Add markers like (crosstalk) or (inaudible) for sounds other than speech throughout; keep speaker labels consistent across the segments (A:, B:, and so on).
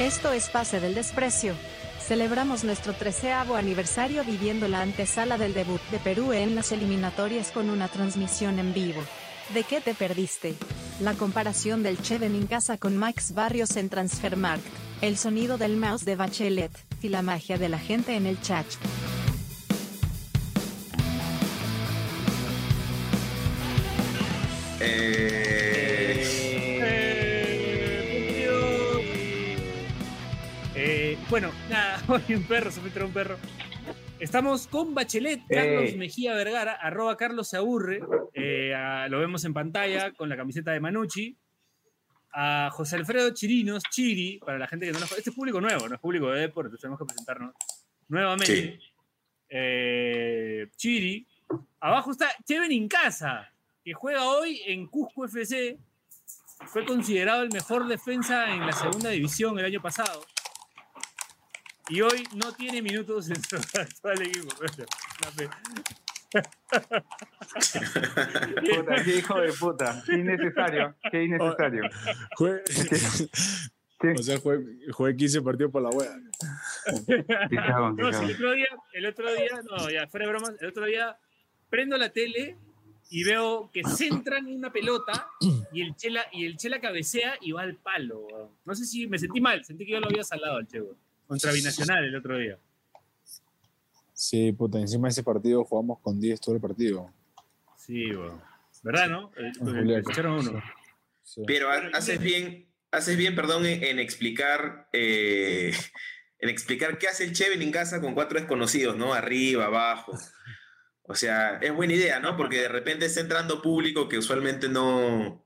A: Esto es Pase del Desprecio. Celebramos nuestro treceavo aniversario viviendo la antesala del debut de Perú en las eliminatorias con una transmisión en vivo. ¿De qué te perdiste? La comparación del Che en casa con Max Barrios en Transfermarkt, el sonido del mouse de Bachelet, y la magia de la gente en el chat.
B: Eh, bueno, (laughs) nada, hoy un perro, se me trae un perro. Estamos con Bachelet, Carlos Mejía Vergara, arroba Carlos se aburre, eh, a- lo vemos en pantalla con la camiseta de Manucci, a José Alfredo Chirinos, Chiri, para la gente que no nos Este es público nuevo, no es público de deporte, tenemos que presentarnos nuevamente.
C: Sí.
B: Eh, Chiri, abajo está Cheven Incasa, que juega hoy en Cusco FC, fue considerado el mejor defensa en la segunda división el año pasado. Y hoy no tiene minutos en su actual equipo. (laughs) Una pena.
D: (laughs)
E: Puta, qué hijo de puta. Qué innecesario. Qué innecesario. (laughs)
D: Oh,
F: (laughs)
D: Jue-
E: Sí.
D: O sea, jugué, jugué 15 partidos por la wea.
E: Pijao,
B: No,
E: pijao.
B: sí, el otro día, el otro día, no, ya, fuera de bromas, el otro día prendo la tele y veo que centran una pelota y el Chela, y el chela cabecea y va al palo. weón. No sé si me sentí mal, sentí que yo lo había salado al Che, weón. Contra Binacional el otro día.
D: Sí, puta, encima de ese partido jugamos con 10 todo el partido.
B: Sí, weón. ¿Verdad, no? Eh,
D: Julián.
B: Escucharon uno.
D: Sí.
C: Pero ha- haces bien, haces bien, perdón, en, en explicar, eh, en explicar qué hace el Cheven en casa con cuatro desconocidos, ¿no? Arriba, abajo. O sea, es buena idea, ¿no? Porque de repente está entrando público que usualmente no,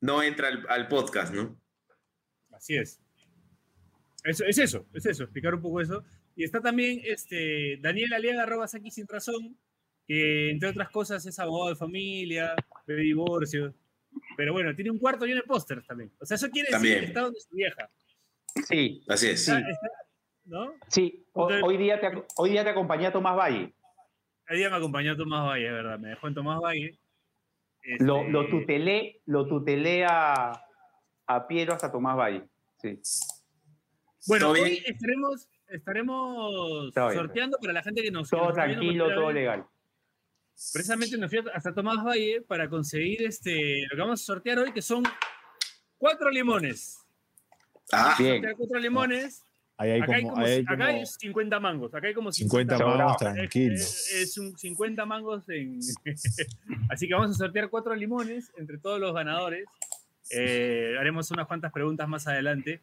C: no entra al, al podcast, ¿no?
B: Así es. Eso, es eso, es eso, explicar un poco eso. Y está también este, Daniel Aliaga, arroba Saki sin razón, que entre otras cosas es abogado de familia, de divorcio. Pero bueno, tiene un cuarto lleno de pósters también. O sea, eso quiere
C: También.
B: decir que está donde su vieja.
G: Sí,
C: Así es.
B: Está- está- ¿No?
G: sí. Ho-
B: Entonces-
G: hoy, día te, ac- hoy día te acompañé a Tomás Valle.
B: El día me acompañó Tomás Valle, es ¿verdad? Me dejó en Tomás Valle. Este,
G: Lo, lo tutelé, lo tutelé a, a Piero hasta Tomás Valle. Sí.
B: Bueno,
C: ¿Todo bien?
B: hoy estaremos, estaremos
G: Todo bien.
B: sorteando para la gente que nos. que nos
G: Todo
B: está viendo por
G: tranquilo,
B: primera
G: todo
B: vez.
G: legal.
B: Precisamente me fui hasta Tomás Valle para conseguir este, lo que vamos a sortear hoy, que son cuatro limones.
C: Ah,
G: Bien.
B: Sortear Cuatro limones.
D: Ahí Ah, hay
B: acá, hay
D: como,
B: como,
D: ahí hay
B: acá hay
D: como
B: 50 mangos. Acá hay como
D: 50
G: Sobrado.
D: más
B: Es-
D: tranquilos.
B: Es, es un 50 mangos en... (laughs) Así que vamos a sortear cuatro limones entre todos los ganadores. Eh, haremos unas cuantas preguntas más adelante.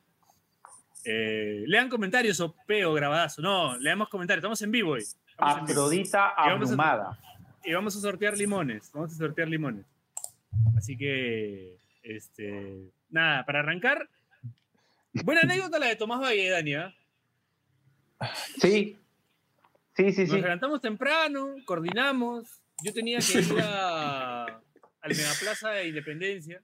B: Eh, lean comentarios o peo grabadazo. No, leamos comentarios. Estamos en vivo hoy. Estamos en vivo.
G: Afrodita
B: Y vamos a-
G: abrumada.
B: Y vamos a sortear limones. Vamos a sortear limones. Así que, este, nada, para arrancar. Buena anécdota la de Tomás Valle, Dani. ¿ah?
G: Sí. Sí, sí,
B: Nos
G: sí.
B: levantamos temprano, coordinamos. Yo tenía que ir a, al Megaplaza de Independencia.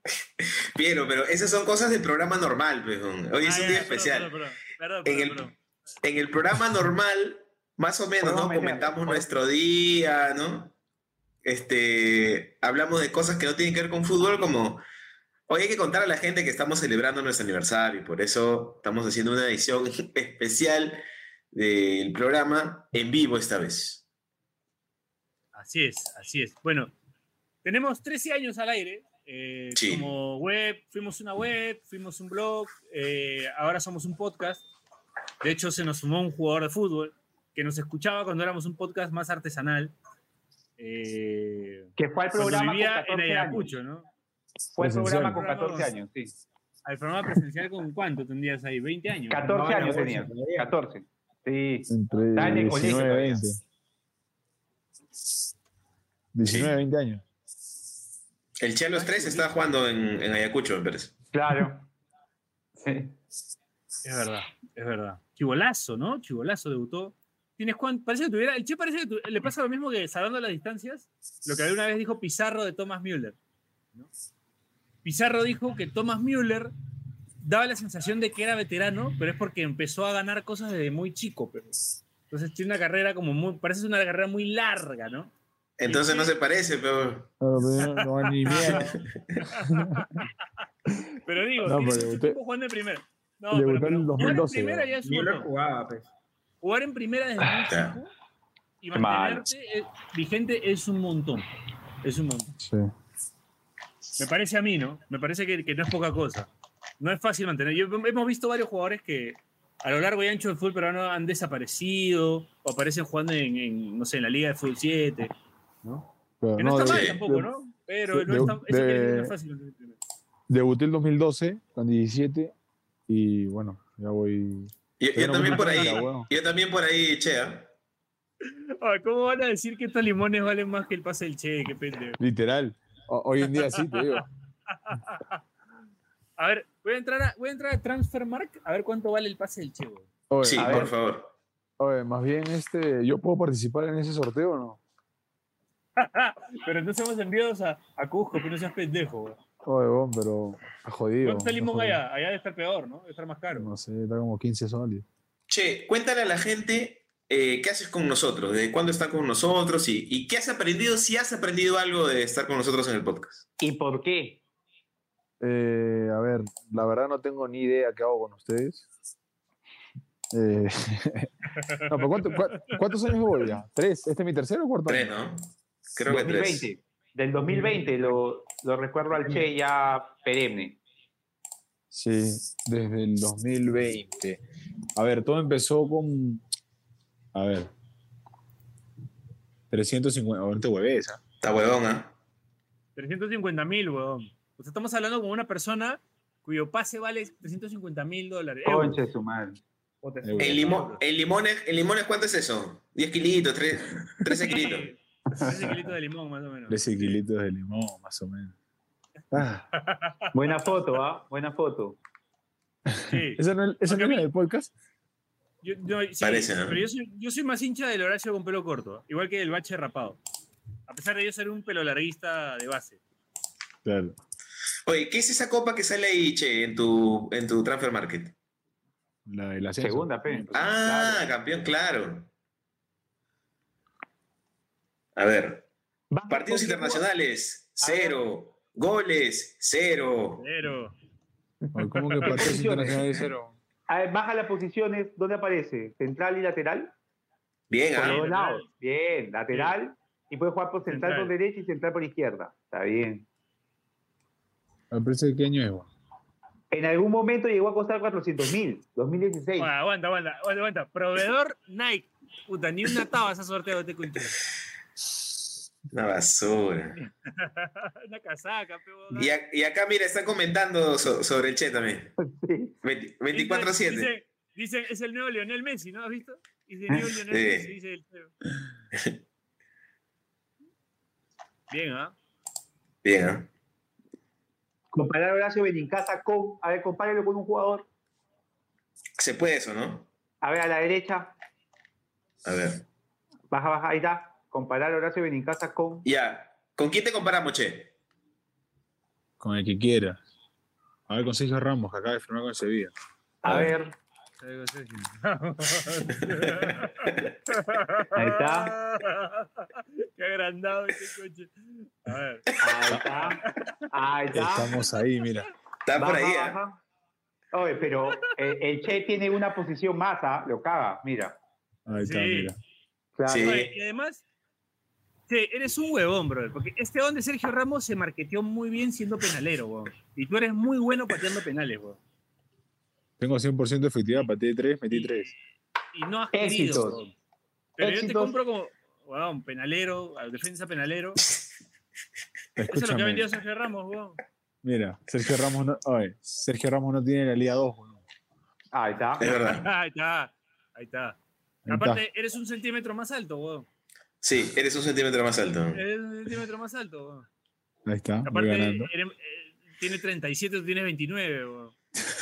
C: Piero, pero esas son cosas del programa normal, pues. weón. Hoy es
B: Ah,
C: un día
B: ya, perdón,
C: especial.
B: Perdón, perdón, perdón,
C: En el-
B: perdón.
C: En el programa normal, más o menos, ¿no?
G: Podemos meter,
C: Comentamos
G: podemos-
C: nuestro día, ¿no? Este, hablamos de cosas que no tienen que ver con fútbol, como hoy hay que contar a la gente que estamos celebrando nuestro aniversario, y por eso estamos haciendo una edición (laughs) especial del programa en vivo esta vez.
B: Así es, así es. Bueno, tenemos 13 años al aire. eh,
C: Sí.
B: Como web, fuimos una web, fuimos un blog, eh, ahora somos un podcast. De hecho, se nos sumó un jugador de fútbol que nos escuchaba cuando éramos un podcast más artesanal. eh,
G: Que fue al
B: cuando
G: programa con
B: vivía en
G: 14 años.
B: Ayacucho, ¿no?
G: Fue al programa con
B: Presencial.
G: 14 años, sí.
B: Al programa presencial, ¿con cuánto tendrías ahí? ¿20 años?
G: 14
D: No,
G: años
D: no,
G: tenía.
D: no, no.
G: 14. Sí.
D: Entre
G: Está en el
D: 19 y
G: colegio
D: 20. 19 y 20 años.
C: El Che a los tres está jugando en, en Ayacucho, me parece.
G: Claro. Sí.
B: Es verdad, es verdad. Chibolazo, ¿no? Chibolazo debutó. ¿Tienes cuánto? Parece que tuviera. El Che parece que tu- le pasa lo mismo que salvando las distancias, lo que alguna vez dijo Pizarro de Thomas Müller. ¿no? Pizarro dijo que Thomas Müller daba la sensación de que era veterano, pero es porque empezó a ganar cosas desde muy chico. Pero. Entonces tiene una carrera como muy. Parece una carrera muy larga, ¿no?
C: Entonces no se parece, pero...
D: No, pero no, no, ni mierda.
B: Pero digo,
D: No,
B: tiene
D: porque
B: mucho
D: usted-
B: tiempo eh, jugando de primera. No, pero,
F: Debutó
B: pero
F: en
B: jugar en
F: 2012,
B: primera
F: ¿verdad?
B: ya es un
H: Müller
B: montón.
H: jugaba, pues.
B: Jugar en primera desde
F: (laughs)
B: 2005 y
D: Qué mal.
B: mantenerte eh, vigente es un montón. Es un montón.
F: Sí.
B: Me parece a mí, ¿no? Me parece que, que no es poca cosa. No es fácil mantener. Yo- hemos visto varios jugadores que a lo largo y ancho del fútbol peruano han desaparecido o aparecen jugando en, en, no sé, en la Liga de Fútbol 7.
F: Pero
B: Que no, está
F: de-
B: mal tampoco, ¿no? Pero
F: de-
B: no es tan- eso quiere decir que no es
F: de-
B: fácil. mantener primero.
F: Debuté en 2012, con 17, y bueno, ya voy.
C: Yo, yo
F: Pero
C: también
F: me
C: por ahí,
F: encanta, weón.
C: yo también por ahí, che, ¿ah?
B: Ay, ¿Cómo van a decir que estos limones valen más que el pase del Che? Qué pendejo.
F: Literal. O- hoy en día sí, te digo.
B: A ver, voy a entrar a, voy a, entrar a Transfermarkt a ver cuánto vale el pase del Che. güey.
F: Oye,
C: Sí,
F: Pues, a
C: por
F: ver,
C: favor.
F: oye, más bien, este, ¿yo puedo participar en ese sorteo o no?
B: Pero entonces hemos enviados a, a Cusco, que no seas pendejo. güey.
F: Oye, weón, pero está jodido.
B: ¿Cuánto está el
F: está
B: limón
F: jodido.
B: allá? Allá debe estar peor, ¿no? Debe estar más caro.
F: No sé, está como 15 soles.
C: Che, cuéntale a la gente eh, qué haces con nosotros, desde cuándo estás con nosotros y, y qué has aprendido, si has aprendido algo de estar con nosotros en el podcast.
D: ¿Y por qué?
F: Eh, a ver, la verdad no tengo ni idea qué hago con ustedes. Eh, (laughs) no, pero ¿cuánto- cua- ¿Cuántos años voy ya? ¿Tres? ¿Este es mi tercero o cuarto?
C: Tres,
F: año?
C: ¿no? Creo que tres.
D: 2020. Del 2020 lo, lo recuerdo al Che ya perenne.
F: Sí, desde el 2020. A ver, todo empezó con. A ver. 350. Ahora te hueves, ¿ah?
C: Está huevón, ¿ah?
B: 350 mil, weón. O sea, estamos hablando con una persona cuyo pase vale 350 mil dólares. Eh, euros.
D: Concha de su madre.
B: O te-
F: Euros.
C: En, limo- en limones, ¿En limones cuánto es eso? 10 kilitos, 3, 13 kilitos.
B: Sí, 13 kilitos de limón, más o menos.
F: Tres kilitos de limón, más o menos. Ah,
D: Buena foto, ¿ah? Buena foto.
F: (laughs)
B: Sí.
F: ¿Esa no es, esa no es la del podcast?
B: Yo, yo- sí,
C: Parece, ¿no?
B: Pero yo soy, yo soy más hincha del Horacio con pelo corto, igual que del Bache rapado. A pesar de yo ser un pelo larguista de base.
F: Claro.
C: Oye, ¿qué es esa copa que sale ahí, che, en tu, en tu transfer market?
F: La de la
D: Segunda, pe.
C: Ah, campeón, claro. A ver, partidos internacionales, cero. Goles, cero.
B: Pero.
F: Ah, ¿Cómo que
B: (laughs)
F: partidos internacionales cero?
D: A ver, Ah, baja las posiciones. ¿Dónde aparece? ¿Central y lateral?
C: Bien,
D: Por los
C: ¿ah?
D: dos
B: lateral.
D: lados. Bien, lateral. Y puedes jugar por central,
B: Central.
D: por derecha y central por izquierda. Está bien.
F: ¿Al precio de qué año es, weón?
D: En algún momento llegó a costar 400 mil. 2016.
B: Ah, aguanta, aguanta, aguanta, aguanta. Proveedor Nike. Puta, ni una taba se ha sorteado este conchero.
C: Una basura.
B: (laughs) Una casaca, pego.
C: Y, a- y acá, mira, están comentando so- sobre el Che también.
D: Sí.
C: 20- 24-7.
B: Dice, dice, es el nuevo Lionel Messi, ¿no has visto? Dice nuevo Lionel
C: Sí.
B: Messi, dice el feo. (laughs) Bien, ¿ah?
C: Bien, ¿ah?
D: Comparar a Horacio Benincasa con. A ver, compárelo con un jugador.
C: Se puede eso, ¿no?
D: A ver, a la derecha.
C: A ver.
D: Baja, baja, ahí está. Comparar a Horacio Benincasa con.
C: Ya. ¿Con quién te comparamos, Che? (laughs)
F: Con el que quiera. A ver, con Sergio Ramos, que acaba de firmar con el Sevilla.
D: A ver,
B: (laughs) Ahí
D: está.
B: (laughs) Qué agrandado este coche. A ver.
D: ahí está.
B: Ah.
D: Ahí está.
F: Estamos ahí, mira.
C: Está por
D: Baja,
C: ahí, ¿ah?
D: baja. Oye, pero eh, el Che tiene una posición más, ¿ah? lo caga, mira.
F: Ahí está,
B: Sí.
F: mira.
D: Claro.
C: Sí.
B: Oye, Y además, che, eres un huevón, brother. Porque este don de Sergio Ramos se marqueteó muy bien siendo penalero, weón. Y tú eres muy bueno pateando penales, weón.
F: Tengo 100% de efectividad, pateé 3, metí 3.
B: Y no has
D: Éxitos.
B: querido, weón. Pero yo te
D: Éxitos.
B: compro como, weón, penalero, a- defensa penalero. Eso es lo que ha
F: Escúchame.
B: vendido Sergio Ramos, weón. (laughs)
F: Mira, Sergio Ramos no, oye, Sergio Ramos no tiene la Liga 2, weón.
D: Ahí está.
C: Es verdad.
B: Ahí está, ahí está.
F: Ahí
B: Aparte, eres un centímetro más alto, weón.
C: Sí, eres un centímetro más alto.
B: Eres un centímetro más alto, weón.
F: está, ahí está, voy
B: Aparte,
F: ganando.
B: eres- eh, tiene 37, tú tienes 29, weón.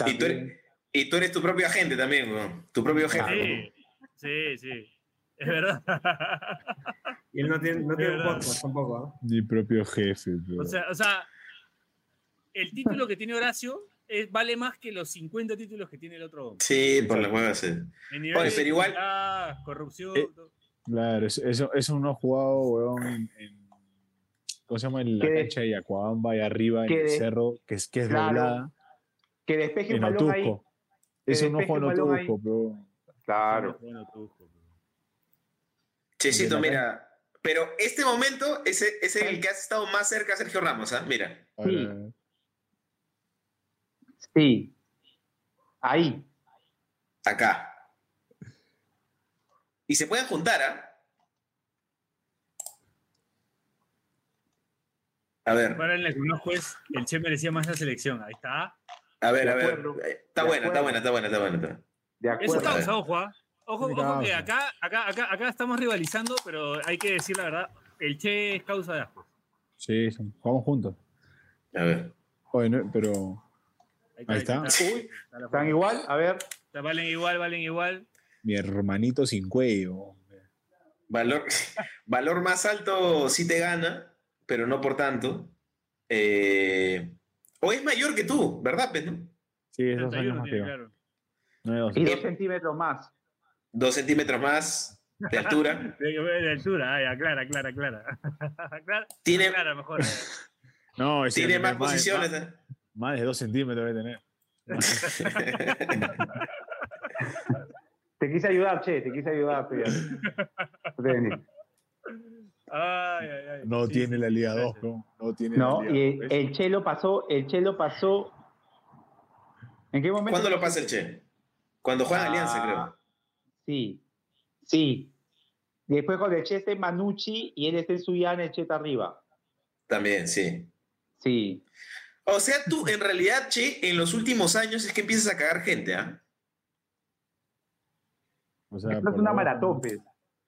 C: Y tú, eres, y tú eres tu propio agente también, weón. Tu propio jefe.
B: Sí, sí, sí. Es
D: (laughs)
B: verdad.
H: Y él no tiene, no tiene un
B: verdad.
H: podcast tampoco, ¿ah?
F: Mi propio jefe, pero-
B: O sea, o sea, el título que tiene Horacio es- vale más que los 50 títulos que tiene el otro hombre.
C: Sí, por las huevas. eh. sí.
B: En nivel
C: Oye,
B: de
C: pero igual-
B: impunidad, corrupción.
F: Eh,
B: todo.
F: Claro, eso, eso, eso no ha jugado, weón, en, en- ¿cómo se llama? En la
D: Que de-
F: cancha de Yacuabamba, ahí arriba, en
D: que
F: el
D: de-
F: cerro, que es, que es
D: Claro.
F: doblada,
D: Que despeje un
F: en
D: balón ahí.
F: Otusco. Eso
D: Que
F: no
D: despeje
F: Juan
D: un balón ahí.
F: Otrusco, pero.
D: Claro.
B: Bueno, tú busco, pero-
C: Chesito,
F: Bien,
C: mira. Pero este momento es, es el que has estado más cerca a Sergio Ramos, ¿ah? Mira.
F: A ver,
D: Sí.
F: a ver.
D: Sí. Ahí.
C: Acá. Y se pueden juntar, ¿ah? A ver,
B: Para el que conozco es el Che merecía más la selección. Ahí está.
C: a ver,
D: de
C: a ver.
D: acuerdo,
C: Está
D: de
C: buena, está
D: acuerdo.
C: buena, está buena, está buena. está buena.
D: De
B: Eso
D: acuerdo.
C: Bueno,
B: causa,
C: eh.
B: ojo, ¿ah? Ojo,
F: Tiene
B: ojo que
F: causa.
B: acá, acá, acá, acá estamos rivalizando, pero hay que decir la verdad, el Che es causa de asco.
F: Sí, sí, jugamos juntos.
C: A ver.
F: Oye, no, pero. Ahí está.
B: Uy,
D: ¿Están igual? A ver.
B: Valen igual, valen igual.
F: Mi hermanito sin cuello.
C: Valor, (laughs) valor más alto sí te gana, pero no por tanto. Eh, o es mayor que tú, ¿verdad, Pez, no?
F: Sí, es dos
B: 31
F: años más que
B: tiene,
F: yo.
B: claro.
F: No, dos.
D: Y
C: Sí.
D: dos centímetros más.
C: Dos centímetros más de
D: (laughs)
C: altura.
B: De, de altura, ay, aclara, aclara, aclara. (laughs) aclara,
C: Tiene,
B: aclara mejor.
F: No, ese
C: tiene
F: debe
C: más
F: tener de-
C: posiciones.
F: Más,
C: ¿eh?
F: más de dos centímetros debe tener.
D: Te quise ayudar, che, te quise ayudar. pero ya. No te vendí.
B: Ay, ay, ay.
F: No
B: Sí,
F: tiene
B: sí,
F: la
B: sí,
F: Liga 2,
B: gracias.
F: no, no tiene
D: No,
F: la
D: y
F: Liga
D: el, el Che lo pasó, el Che lo pasó. ¿En qué momento?
C: ¿Cuándo lo pasa el Che? Cuando juega en Alianza,
D: Ah.
C: creo.
D: Sí, sí. Y después cuando el Che esté en Manucci y él esté en Suyana, el Che está arriba.
C: También, sí.
D: Sí.
C: O sea, tú, en realidad, Che, en los últimos años es que empiezas a cagar gente, ¿ah?
F: O sea,
D: Esto es
F: Ah, por
D: una
F: lo bajo-
D: maratón, pues.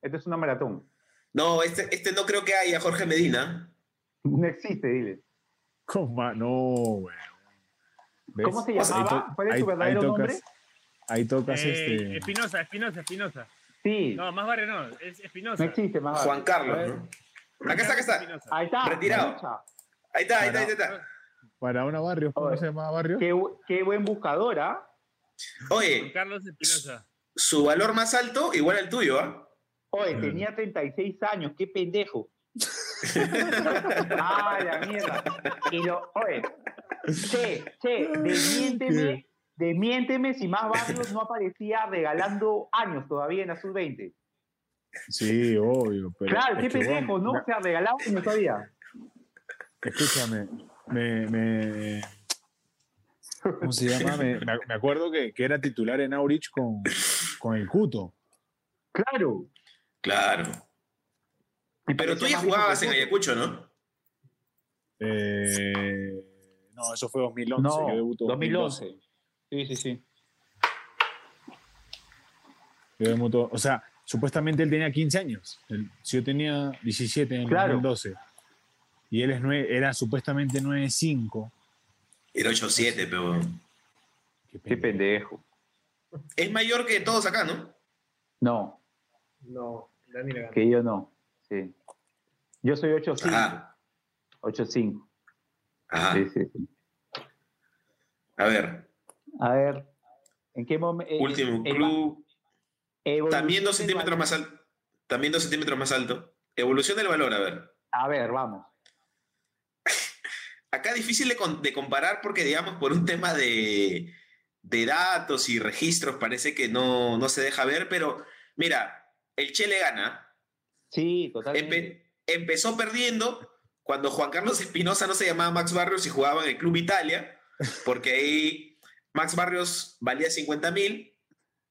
D: Esto es una maratón.
C: No, este, este no creo que haya Jorge Medina.
D: No existe, dile.
F: ¿Cómo va? No, güey. ¿Ves?
D: ¿Cómo se
F: Ahí to-
D: llamaba? ¿Cuál es
F: ahí-
D: su
F: ahí
D: verdadero
F: tocas-
D: nombre?
F: Ahí tocas
B: Eh,
F: este.
B: Espinosa, Espinosa, Espinosa.
D: Sí,
B: No, más barrio no, es
D: no
B: Espinosa.
D: existe más. vale.
C: Juan
D: Ah, A ver.
C: Carlos, ¿no? Acá está, acá está.
B: Espinosa.
D: Ahí está.
C: Retirado.
D: Manucha.
C: Ahí está, ahí está, ahí está.
F: Para una barrio, ¿cómo
D: Oye.
F: se llamaba barrio?
D: Qué, bu- qué buen buscador, ¿ah?
B: Juan
C: Oye,
B: Carlos Espinosa.
C: su valor más alto igual al tuyo, ¿ah?
D: Oye, tenía 36 años,
F: (laughs)
D: qué pendejo. ¡Ah, la mierda! Y lo, oye, che, che, desmiénteme, desmiénteme si más barrios no aparecía regalando años todavía en la sub-20.
F: Sí, obvio. Pero
D: Claro,
F: es
D: qué
F: que,
D: pendejo,
F: bueno,
D: ¿no? O sea, regalaba años todavía.
F: Escúchame, me, me- ¿Cómo se llama? Me, me ac- me acuerdo que, que era titular en Aurich con, con el Cuto.
D: Claro.
C: Claro.
D: Y
C: Pero
D: parecía
C: tú ya
D: más viejo
C: jugabas
D: que
C: en
D: tú.
C: Ayacucho, ¿no?
F: Eh, no, eso fue 2011.
D: No,
F: yo debuto
D: 2011. Sí, sí, sí.
F: Yo debuto- o sea, supuestamente él tenía 15 años. Él- si yo tenía 17 en el
D: Claro.
F: 2012 y él es nue- era supuestamente 9-5.
C: Era 8-7, pero.
F: Qué
D: Qué
F: pendejo.
D: pendejo.
C: Es mayor que todos acá, ¿no?
D: No,
G: No, Dani le ganó.
D: que yo no. Sí. Yo soy 8'5".
C: Ajá.
D: 8'5".
C: Ajá.
D: Sí, sí, sí.
C: A ver.
D: A ver, ¿en qué eh, momento?
C: Último club.
D: eh,
C: También dos centímetros más alto. También dos centímetros más alto. Evolución del valor, a ver.
D: A ver, vamos.
C: Acá difícil de, con- de comparar porque, digamos, por un tema de, de datos y registros, parece que no, no se deja ver, pero mira, el Che le gana.
D: Sí,
C: Empe-
D: totalmente.
C: empezó perdiendo cuando Juan Carlos Espinosa no se llamaba Max Barrios y jugaba en el Club Italia, porque ahí Max Barrios valía 50 mil,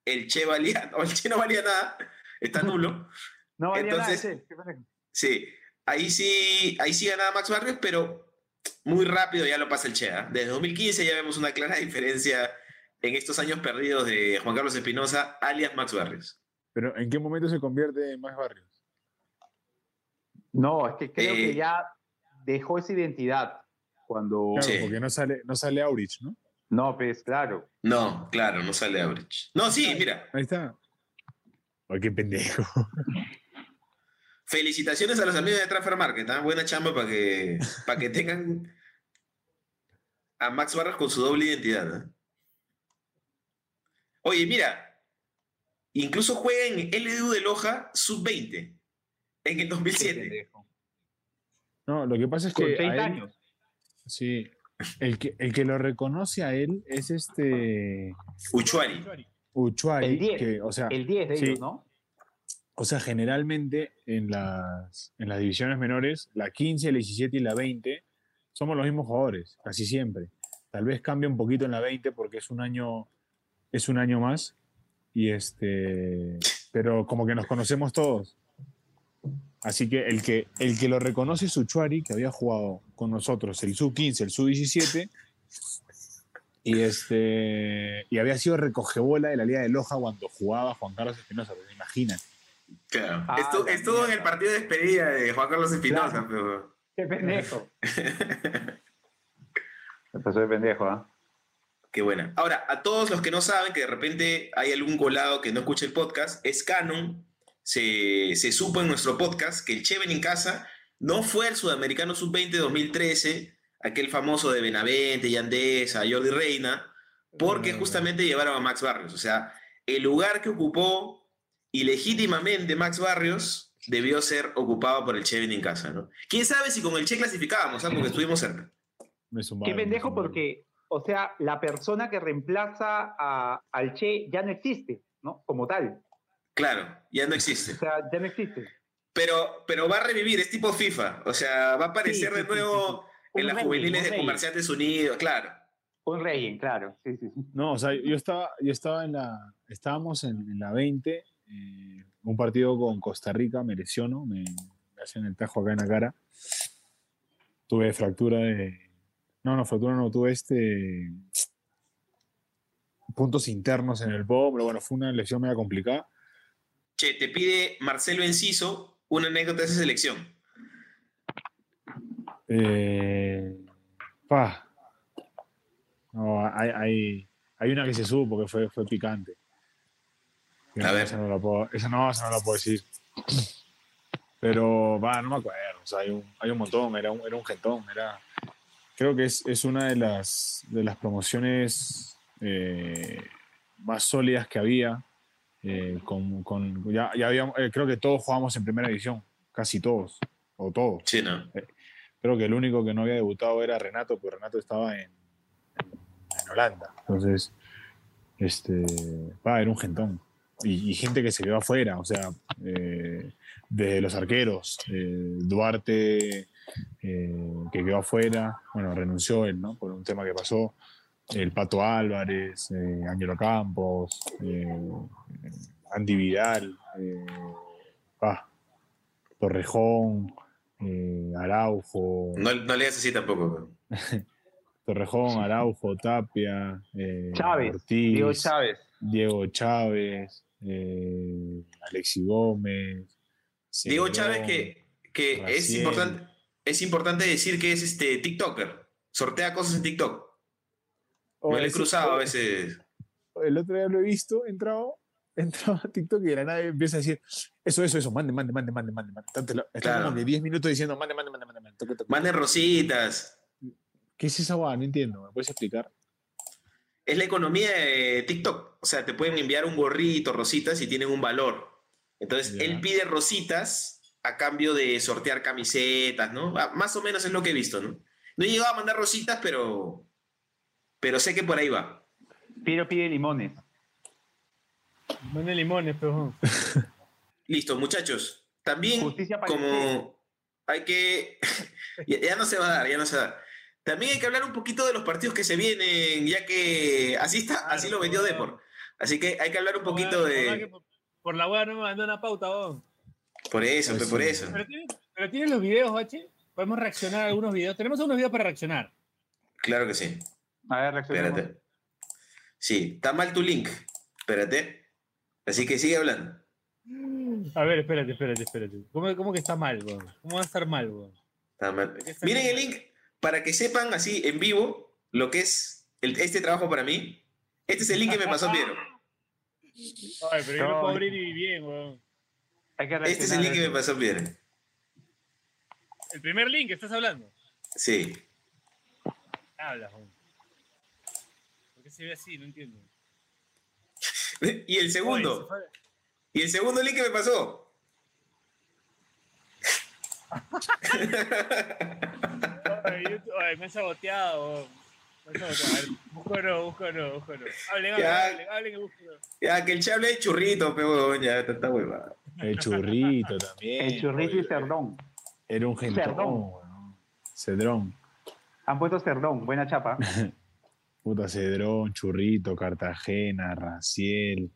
C: el Che valía, o el Che no valía nada, está nulo.
D: No valía
C: entonces-
D: nada, che. ¿Qué pasa?
C: Sí, ahí sí, ahí sí ganaba Max Barrios, pero muy rápido ya lo pasa el Che. ¿ah? Desde 2015 ya vemos una clara diferencia en estos años perdidos de Juan Carlos Espinosa, alias Max Barrios.
F: Pero ¿en qué momento se convierte en más barrios?
D: No, es que creo
C: Eh.
D: que ya dejó esa identidad cuando.
F: Claro,
C: Sí.
F: porque no sale, no sale Aurich, ¿no?
D: No, pues claro.
C: No, claro, no sale Abrich. No, sí, mira.
F: Ahí está. Ay, qué (laughs) pendejo.
C: Felicitaciones a los amigos de Transfer Market, ¿ah? buena chamba para que, para que tengan a Max Barras con su doble identidad. ¿ah? Oye, mira, incluso juega en LDU de Loja sub-20 en el
D: Qué
C: 2007.
D: pendejo.
F: No, lo que pasa es que.
D: Con
F: a
D: 30
F: él-
D: años.
F: Sí, El que, el que lo reconoce a él es este
C: Uchuari.
F: Uchuari,
G: El 10,
F: que, o sea,
G: El 10 de
F: Sí.
G: ellos, ¿no?
F: o sea, generalmente en las, en las divisiones menores, la 15, la 17 y la 20, somos los mismos jugadores, casi siempre. Tal vez cambie un poquito en la 20 porque es un año, es un año más. Y este, pero como que nos conocemos todos. Así que el que, el que lo reconoce es Uchuari, que había jugado con nosotros el sub-15, el sub-17, y, este, y había sido recogebola de la Liga de Loja cuando jugaba Juan Carlos Espinosa, pues imagínate.
C: Claro.
G: Ah,
C: Estu-
G: la
C: estuvo en
G: mierda.
C: el partido de despedida de Juan Carlos Espinosa, pero.
G: Qué pendejo.
E: Me pasó de pendejo, ¿ah?
C: Qué buena. Ahora, a todos los que no saben, que de repente hay algún colado que no escucha el podcast, es canon. Se, se supo en nuestro podcast que el Cheven en casa no fue el Sudamericano Sub-20 2013, aquel famoso de Benavente, Yandesa, Jordi Reina, porque justamente llevaron a Max Barrios. O sea, el lugar que ocupó ilegítimamente Max Barrios debió ser ocupado por el Cheven en casa, ¿no? ¿Quién sabe si con el Che clasificábamos, ah, porque estuvimos cerca?
F: Me zumbaron,
G: Qué
F: me
G: pendejo
F: zumbaron.
G: porque, o sea, la persona que reemplaza a, al Che ya no existe, ¿no? Como tal.
C: Claro, ya no existe.
G: O sea, ya no existe.
C: Pero, pero va a revivir, es tipo FIFA. O sea, va a aparecer
G: Sí,
C: de
G: sí, sí,
C: nuevo
G: Un
C: en las
G: rey,
C: juveniles
G: un
C: de
G: rey.
C: Comerciantes Unidos, claro.
G: Un rey, claro. Sí, sí, sí.
F: No, o sea, yo estaba, yo estaba en la. Estábamos en, en la 20, eh, un partido con Costa Rica, me lesiono, me, me hacen el tajo acá en la cara. Tuve fractura de. No, no, fractura no, tuve este. Puntos internos en el bobo, pero bueno, fue una lesión media complicada.
C: Che, te pide Marcelo Enciso una anécdota de esa selección.
F: Eh, pa. No, hay, hay, hay una que se supo que fue, fue picante. Que
C: A
F: no,
C: ver.
F: Esa no, la puedo, esa no, esa no la puedo decir. (clears throat) Pero, va, no me acuerdo. O sea, hay un, hay un montón. Era un, era un gentón. Era, creo que es, es una de las, de las promociones eh, más sólidas que había. eh, con, con- ya, ya habíamos, eh, creo que todos jugábamos en primera división. Casi todos. O todos.
C: Sí, ¿no?
F: Creo que el único que no había debutado era Renato, porque Renato estaba en, en Holanda. Entonces, este, va, era un gentón. Y, y gente que se vio afuera, o sea, eh, de los arqueros, eh, Duarte, eh, que quedó afuera, bueno, renunció él, ¿no? Por un tema que pasó. El Pato Álvarez, eh, Ángelo Campos, eh, Andy Vidal, eh, ah, Torrejón, eh, Araujo,
C: No, no le hagas así tampoco. weón.
F: Torrejón, Araujo, Tapia, eh,
G: Chávez,
F: Ortiz,
G: Diego Chávez.
F: Diego Chávez, eh, Alexi Gómez.
C: Diego
F: Cerón.
C: Chávez, que, que es,
F: Raciel.
C: importante, es importante decir que es este TikToker. Sortea cosas en TikTok.
F: Oh,
C: Me lo he
F: ese-
C: cruzado a veces.
F: El otro día lo he visto, he (laughs) entrado, he entrado a TikTok y de la nada empieza a decir, eso, eso, eso, mande, mande, mande, mande, mande. mande. Está- te lo- Está
C: Claro.
F: como que 10 minutos diciendo, mande, mande, mande, mande, mande. toque, toque.
C: Manden rositas.
F: ¿Qué es esa guada? No entiendo, ¿me puedes (laughs) explicar?
C: Es la economía de TikTok. O sea, te pueden enviar un gorrito, rositas, y tienen un valor. Entonces,
F: Ya.
C: él pide rositas a cambio de sortear camisetas, ¿no? Ah, Más o menos es lo que he visto, ¿no? No he llegado a mandar rositas, pero, pero sé que por ahí va.
G: Piero pide limones.
I: Mande limones, pero.
C: Listo, muchachos. También,
G: Justicia para el
C: como hay que... (laughs) ya, ya no se va a dar, ya no se va a dar. También hay que hablar un poquito de los partidos que se vienen, ya que así, está, así lo vendió Depor. Así que hay que hablar un poquito de...
B: Por, por la weá no me mandó una pauta, weón.
C: Por eso,
F: Ay,
C: pe, por
F: sí.
C: eso.
B: Pero tienes, pero tienes los videos, Bache. Podemos reaccionar a algunos videos. Tenemos algunos videos para reaccionar.
C: Claro que sí.
G: A ver, reaccionemos.
C: Espérate. Sí, está mal tu link. Espérate. Así que sigue hablando.
B: A ver, espérate, espérate, espérate. ¿Cómo, cómo que está mal, weón? ¿Cómo va a estar mal, weón?
C: Está mal.
B: Aquí está
C: Miren
B: el
C: el link para que sepan así en vivo lo que es el- este trabajo para mí. Este es el link que me pasó
F: (laughs)
C: Piero.
B: Ay, pero yo lo puedo
G: Ay.
B: abrir y bien, weón.
G: Hay que
C: Este es el
G: reaccionar.
C: link que me pasó Piero.
B: El primer link, ¿estás hablando?
C: Sí. (laughs)
B: Hablas, weón. ¿Por qué se ve así? No entiendo.
C: Y el
B: Ay, se
C: segundo.
B: fue-
C: Y el segundo link que me pasó.
F: (laughs)
C: (laughs)
B: Oye, me han saboteado. Me han saboteado. A ver, Busco no, busco no, busco no. Hablen, hablen,
C: Ya.
B: hablen, hablen que busco no.
C: Ya, que el che hable de churrito, pe, huevón, ya, está está huevada.
F: El churrito también.
G: El churrito y
F: oye,
G: cerdón.
F: Era un gentón,
G: Cerdón.
F: weón. Cedrón.
G: Han puesto cerdón, buena chapa.
F: Puta, Cedrón, Churrito, Cartagena, Raciel,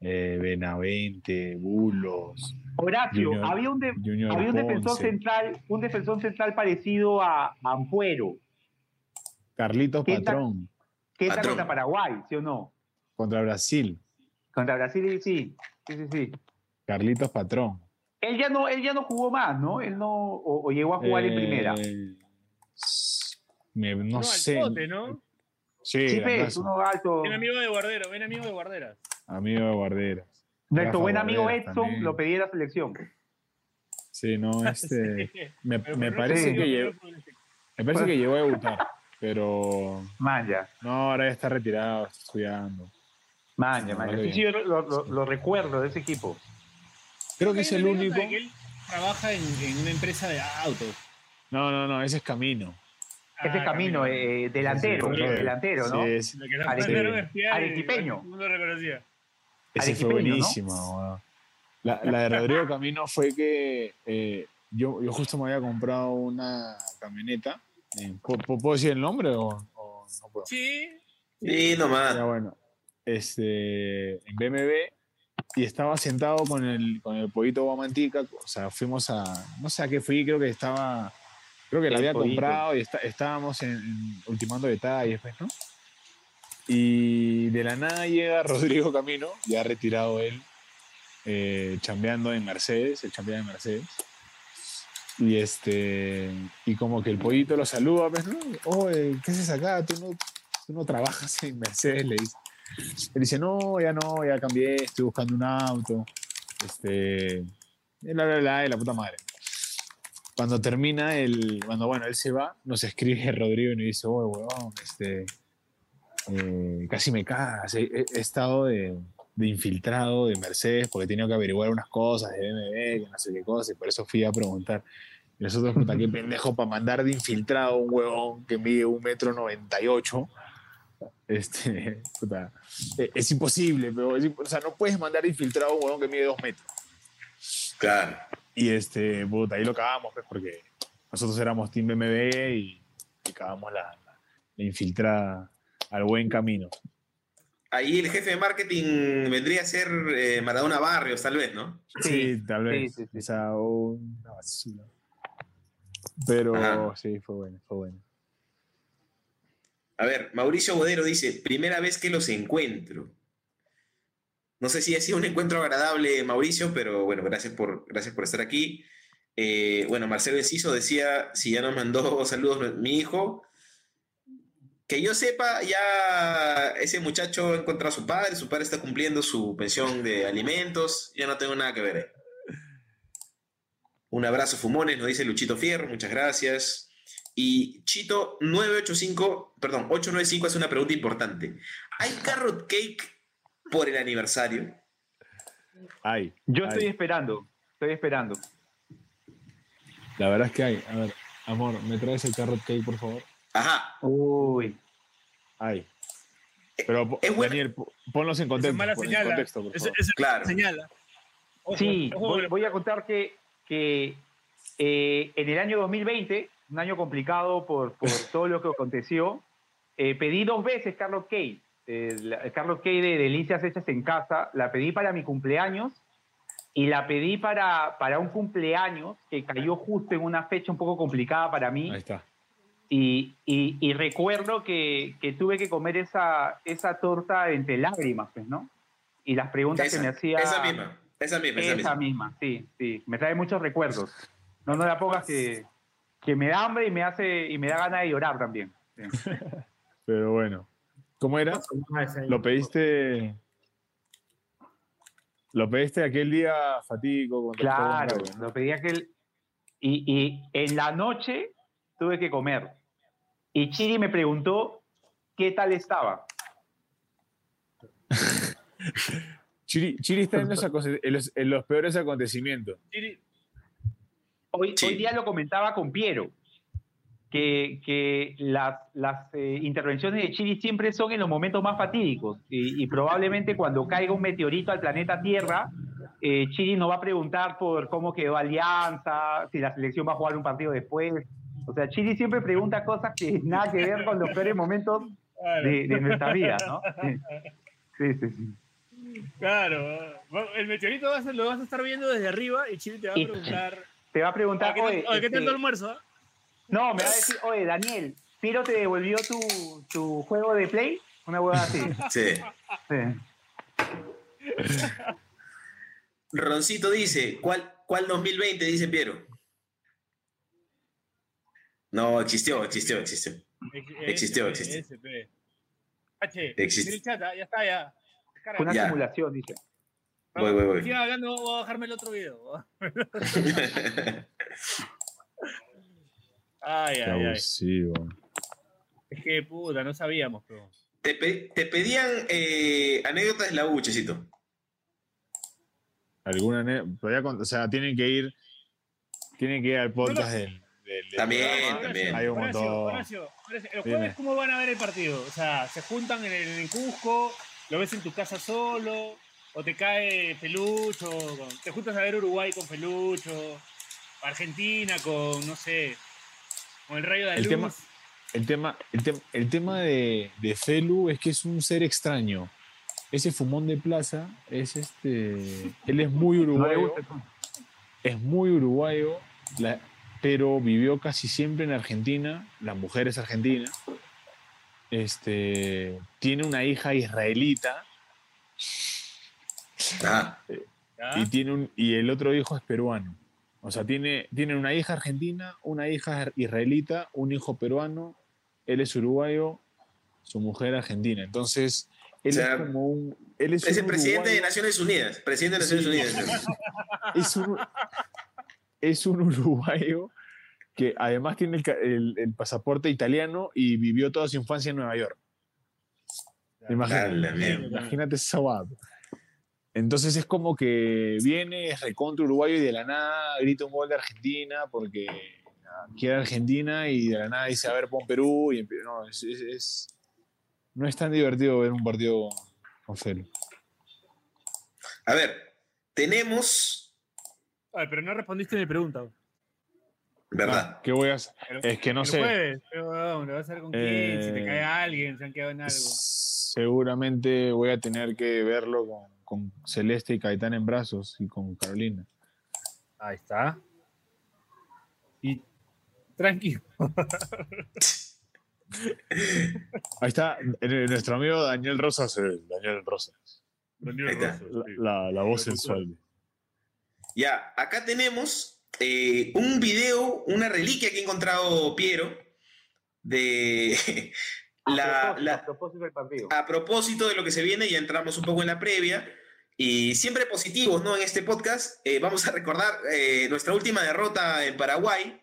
F: eh, Benavente, Bulos,
G: (laughs) Horacio,
F: Junior-
G: había un, de-
F: Junior
G: había un defensor
F: Ponce,
G: central, un defensor central parecido a Ampuero,
F: Carlitos
G: ¿Qué tal?
F: Patrón
G: que está
C: Patrón.
G: contra Paraguay, ¿sí o no?
F: contra Brasil.
G: Contra Brasil, sí. Sí, sí, sí.
F: Carlitos Patrón.
G: Él ya no, él ya no jugó más, ¿no? Él no, o, o llegó a jugar en
F: Eh,
G: primera.
F: s- me- no,
B: No, al
F: sé.
B: pote, ¿no?
F: Sí,
G: Sí, pe, es
F: ganazo.
G: uno alto.
B: Ven amigo de guardero, ven amigo de guardera.
F: Amigo de Guarderas. Rafa
G: Nuestro buen amigo
F: Barreras
G: Edson
F: también.
G: lo pedía a la selección.
F: Sí, no, este.
B: (laughs)
F: Me,
B: Pero
F: me
B: por
F: parece
B: no-
F: que llegó, me parece que llegó a debutar, (laughs) pero
G: Manja,
F: no, ahora ya está retirado, está estudiando.
G: manja,
F: No,
G: manja.
F: vale
G: Sí,
F: bien.
G: sí, yo lo, lo- lo recuerdo de ese equipo.
F: Creo que
B: Hay
F: es
B: una
F: el
B: anécdota
F: único.
B: de que él trabaja en, en una empresa de autos.
F: No, no, no, ese es Camino.
G: Ese
B: Ah,
G: camino, eh, delantero,
F: Sí, sí, sí.
G: delantero, ¿no?
F: Sí, ese,
B: Lo que nos
G: Arequipe-
B: mandaron a espiar y
G: Arequipeño.
B: todo el mundo reconocía.
F: ese fue
G: Arequipeño, ¿no?
F: buenísimo. weón. La, la de Rodrigo Camino fue que eh, yo, yo justo me había comprado una camioneta. eh, ¿pu- pu- ¿Puedo decir el nombre o, o no puedo?
B: Sí,
C: Sí,
F: Ya
C: nomás.
F: bueno, este, en BMW y estaba sentado con el, con el pollito guamantica, o sea, fuimos a, no sé a qué fui, creo que estaba, creo que la
G: El
F: había
G: pollito.
F: comprado y está- estábamos en, en- ultimando detalles, pues, ¿no? Y de la nada llega (laughs) Rodrigo Camino, ya retirado él, eh, chambeando en Mercedes, el chambeaba en Mercedes. Y este, y como que el pollito lo saluda, pues, ¿no? Oye, ¿qué haces acá? Tú no, tú no trabajas en Mercedes, le dice. Él dice, no, ya no, ya cambié, estoy buscando un auto. Este, y bla, bla, bla, y la puta madre. Cuando termina, el, cuando bueno, él se va, nos escribe (laughs) Rodrigo y nos dice, oye, weón, este, eh, casi me cagas, he, he- he estado de, de infiltrado de Mercedes porque he tenido que averiguar unas cosas de BMW, que no sé qué cosa, y por eso fui a preguntar. Y nosotros, puta, qué pendejo para mandar de infiltrado un huevón que mide un metro noventa y ocho. Este, (laughs) puta, e- es imposible, pero es imp- o sea, no puedes mandar de infiltrado a un huevón que mide dos metros.
C: Claro.
F: Y este, puta, ahí lo cagamos, pues, porque nosotros éramos Team BMW y, y cagamos la, la- la infiltrada al buen camino.
C: Ahí el jefe de marketing vendría a ser eh, Maradona Barrios, tal vez, ¿no?
F: Sí, tal
G: sí,
F: vez.
G: sí, sí.
F: Esa una basura. Pero
C: Ajá.
F: sí, fue bueno, fue bueno.
C: A ver, Mauricio Bodero dice, primera vez que los encuentro. No sé si ha sido un encuentro agradable, Mauricio, pero bueno, gracias por, gracias por estar aquí. Eh, bueno, Marcelo Enciso decía, si ya nos mandó (laughs) saludos mi hijo, que yo sepa, ya ese muchacho ha encontrado a su padre, su padre está cumpliendo su pensión de alimentos, ya no tengo nada que ver. ahí. Un abrazo, fumones, nos dice Luchito Fierro, muchas gracias. Y Chito 985, perdón, 895 hace una pregunta importante. ¿Hay carrot cake por el aniversario?
F: Ay,
G: Yo
F: ay,
G: estoy esperando, estoy esperando.
F: La verdad es que hay. A ver, amor, ¿me traes el carrot cake, por favor?
C: Ajá.
G: Uy,
F: Ay. Pero, po-
C: es bueno.
F: Daniel, po- ponlos en
B: eso
F: contexto.
B: es mala
F: pon en
B: señal. ¿ah?
F: contexto, por
B: Eso
F: favor.
B: eso es
C: Claro.
B: señala. Ojo,
G: sí,
B: ojo,
G: voy, voy a contar que, que eh, en el año 2020, un año complicado
B: (laughs)
G: por, por todo lo que aconteció, eh, pedí dos veces Carlos Kay, el Carlos Kay de Delicias Hechas en Casa, la pedí para mi cumpleaños y la pedí para, para un cumpleaños que cayó justo en una fecha un poco complicada para mí.
F: Ahí está.
G: Y, y- y recuerdo que, que tuve que comer esa, esa torta entre lágrimas, pues, ¿no? Y las preguntas
C: Esa,
G: que me hacía.
C: esa misma. Esa misma, esa
G: Esa
C: misma.
G: misma, sí, sí. Me trae muchos recuerdos. No, no la pongas que, que me da hambre y me hace y me da ganas de llorar también.
F: Pero bueno. ¿Cómo era? Lo pediste. Lo pediste aquel día fatídico. cuando
G: Claro,
F: estuvo en Bravo,
G: lo pedía que él. Y, y en la noche tuve que comer. Y Chiri me preguntó qué tal estaba.
F: ¿no? Chiri, Chiri está en los, aconse- en los- en los peores acontecimientos.
B: Chiri,
G: Hoy,
C: Sí.
G: hoy día lo comentaba con Piero, que, que las, las eh, intervenciones de Chile siempre son en los momentos más fatídicos y, y probablemente cuando caiga un meteorito al planeta Tierra, eh, Chile nos va a preguntar por cómo quedó Alianza, si la selección va a jugar un partido después. O sea, Chile siempre pregunta cosas que (laughs) nada que ver con los peores momentos de, de nuestra vida, ¿no? Sí, sí, sí.
B: Claro, bueno, el meteorito vas a- lo vas a estar viendo desde arriba y Chile te va a
G: Y-
B: preguntar.
G: Te va a
B: "Oye,
G: preguntar,
B: Ah, ¿qué
G: oye,
B: tal- oye, ¿qué
G: este,
B: tanto almuerzo? ah?"
G: no, me va a decir, oye, Daniel, Piro te devolvió tu, tu juego de Play, una huevada así.
C: Sí.
G: Sí.
C: Roncito dice, ¿cuál, ¿cuál 2020? Dice Piero. No, existió, existió, existió.
B: Eh,
C: Existió, existió.
B: SP. H,
C: Existe.
B: mira el chat, ah, ya está, ya.
G: Fue una
C: Ya.
G: simulación, dice.
C: Voy, voy, voy.
B: Sigan hablando, voy a bajarme el otro video. Ay,
F: Qué
B: ay, ay.
F: abusivo.
B: Es que puta, no sabíamos, pero.
C: (laughs) te, pe- te pedían eh, anécdotas de la U, Chesito.
F: Alguna ane- podría cont- o sea, tienen que ir, tienen que ir al podcast
B: Bueno.
F: del, del- del
C: También,
F: programa.
C: también.
F: Hay un
B: Ah, Horacio,
F: montón.
B: Horacio, Horacio, el
F: Dime.
B: jueves, ¿cómo van a ver el partido? O sea, ¿se juntan en el en Cusco? ¿Lo ves en tu casa solo? ¿O te cae Pelucho? con- ¿Te juntas a ver Uruguay con Pelucho? Argentina con, no sé, con el rayo de la
F: El
B: luz.
F: tema- El tema, el tem- el tema de, de Felu es que es un ser extraño. Ese fumón de plaza es este. Él es muy
E: No le
F: uruguayo.
E: gusta. pues.
F: es muy uruguayo, la- pero vivió casi siempre en Argentina. La mujer es argentina. Este, tiene una hija israelita
C: Ah,
B: ¿ya?
F: y, tiene un, y el otro hijo es peruano. O sea, tiene, tiene una hija argentina, una hija israelita, un hijo peruano, él es uruguayo, su mujer argentina. Entonces, él
C: O sea,
F: es como un... Él es
C: es el
F: un
C: presidente de
F: uruguayo-
C: Naciones Unidas. Presidente de Naciones
F: Sí.
C: Unidas.
F: es un, (laughs) es un uruguayo que además tiene el, ca- el- el pasaporte italiano y vivió toda su infancia en Nueva York.
C: A
F: Imagínate,
C: la mierda.
F: imagínate esa guapa. Entonces es como que viene, es recontra uruguayo y de la nada grita un gol de Argentina porque quiere Argentina y de la nada dice, a ver, pon Perú. Y, empie- no, es, es- es- no es tan divertido ver un partido con Felo.
C: A ver, tenemos,
B: Ay, pero no respondiste mi pregunta. bro.
C: ¿verdad?
F: Ah, ¿Qué voy a hacer?
B: El-
F: Es que no
B: el
F: sé.
B: jueves, pero, weón, lo vas a hacer con quién, si te
F: Eh,
B: cae alguien, se han quedado en algo.
F: Seguramente voy a tener que verlo con, con Celeste y Caetán en brazos y con Carolina.
B: Ahí está. Y tranquilo.
F: Ahí está eh, nuestro amigo Daniel Rosas. eh, Daniel Rosas.
C: Ahí está.
F: La, la- la voz sensual.
C: Ya, acá tenemos eh, un video, una reliquia que ha encontrado Piero de (laughs) la,
G: a, propósito, a
C: Ah, la-
G: propósito del partido.
C: a propósito de lo que se viene, ya entramos un poco en la previa. Y siempre positivos, ¿no? En este podcast eh, vamos a recordar eh, nuestra última derrota en Paraguay,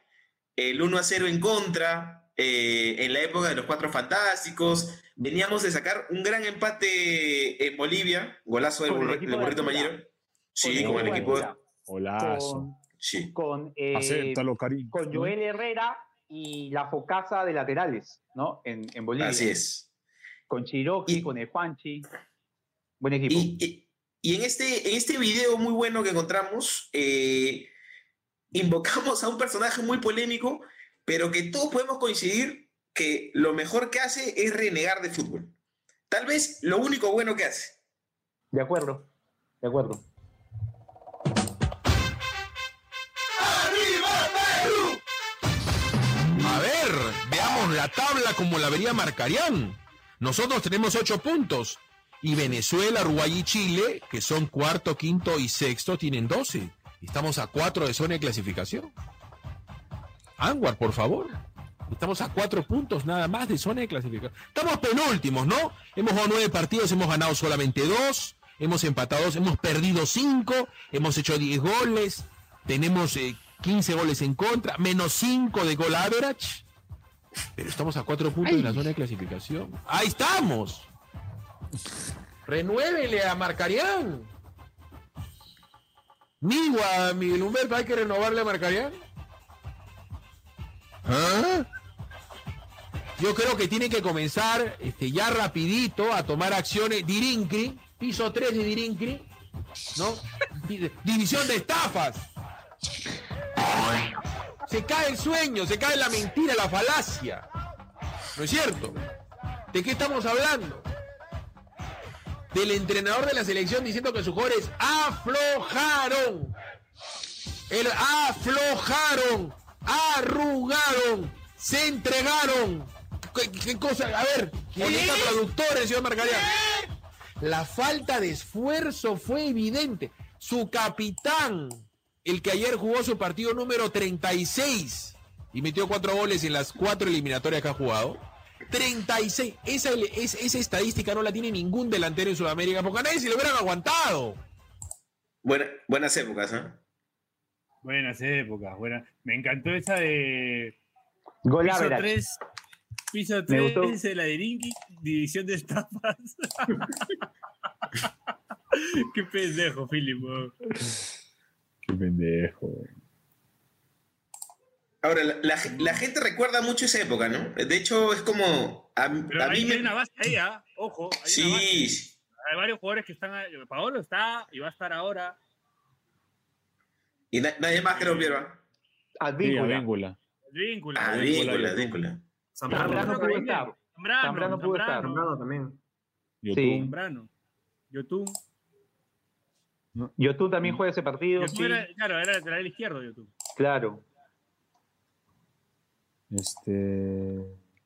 C: el 1 a 0 en contra, eh, en la época de los Cuatro Fantásticos. Veníamos de sacar un gran empate en Bolivia, golazo del,
G: Con el
C: burri-
G: equipo
C: del
G: de
C: burrito
G: Alcura.
C: Mañero. Sí,
F: el
C: con el
F: equipo de
C: equipo. de-
G: Alcura,
F: Holazo.
G: Con,
C: Sí.
G: con, eh,
F: Acéptalo, cariño.
G: con Joel Herrera y la focasa de laterales, ¿no? En, en Bolivia.
C: Así es.
G: Con Chiroki,
C: Y-
G: con el Juanchi. Buen equipo.
C: Y, y- y en, este, en este video muy bueno que encontramos, eh, invocamos a un personaje muy polémico, pero que todos podemos coincidir que lo mejor que hace es renegar de fútbol. Tal vez lo único bueno que hace.
G: De acuerdo. De acuerdo.
J: A ver, veamos la tabla como la vería Marcarián. Nosotros tenemos ocho puntos. Y Venezuela, Uruguay y Chile, que son cuarto, quinto y sexto, tienen 12. Estamos a cuatro de zona de clasificación. Anwar, por favor. Estamos a cuatro puntos nada más de zona de clasificación. Estamos penúltimos, ¿no? Hemos jugado nueve partidos, hemos ganado solamente dos, hemos empatado dos, hemos perdido cinco, hemos hecho diez goles, tenemos eh, 15 goles en contra, menos cinco de gol average. Pero estamos a cuatro puntos de la zona de clasificación. ¡Ahí estamos! Renuévele a Marcarián. Nigua, Miguel Humberto, hay que renovarle a Marcarián. ¿Ah? Yo creo que tienen que comenzar este, ya rapidito a tomar acciones. Dirincri, piso 3 de Dirincri, ¿no? Di- División de estafas. Se cae el sueño, se cae la mentira, la falacia. ¿No es cierto? ¿De qué estamos hablando? Del entrenador de la selección diciendo que sus jugadores aflojaron. El aflojaron, arrugaron, se entregaron. ¿Qué, qué cosa? A ver, bonita productora, el señor Marcarián. La falta de esfuerzo fue evidente. Su capitán, el que ayer jugó su partido número 36 y metió cuatro goles en las cuatro eliminatorias que ha jugado. 36. Esa, es- esa estadística no la tiene ningún delantero en Sudamérica porque a nadie se le hubieran aguantado.
C: Buena- buenas épocas, ¿eh?
B: Buenas épocas, buenas. Me encantó esa de
G: Gol
B: piso
G: average.
B: 3, piso
G: Me gustó.
B: 3 de la de Rinky, división
C: (laughs)
B: de estafas. Qué pendejo, Philip. weón.
F: Qué pendejo.
C: Ahora, la, la ge- la gente recuerda mucho esa época, ¿no? De hecho, es como. A,
B: Pero
C: a
B: ahí
C: mí
B: hay,
C: me.
B: una base ahí, ¿ah? ojo. Hay, una base.
C: sí,
B: hay varios jugadores que están. ahí. Paolo está y va a estar ahora.
C: y na- nadie más creo, Pierva.
F: Diga,
G: Advíncula.
F: víncula.
B: Advíncula.
C: Ah, víncula, víncula.
G: Zambrano pudo
B: también.
G: estar.
B: Zambrano,
G: Zambrano pudo estar.
B: Zambrano,
I: Zambrano también.
F: YouTube.
G: Sí.
B: Zambrano. Yotun.
G: Yotun también juega ese partido.
B: Yotun
G: sí,
B: era, claro, era lateral izquierdo, Yotun.
G: claro.
F: Este.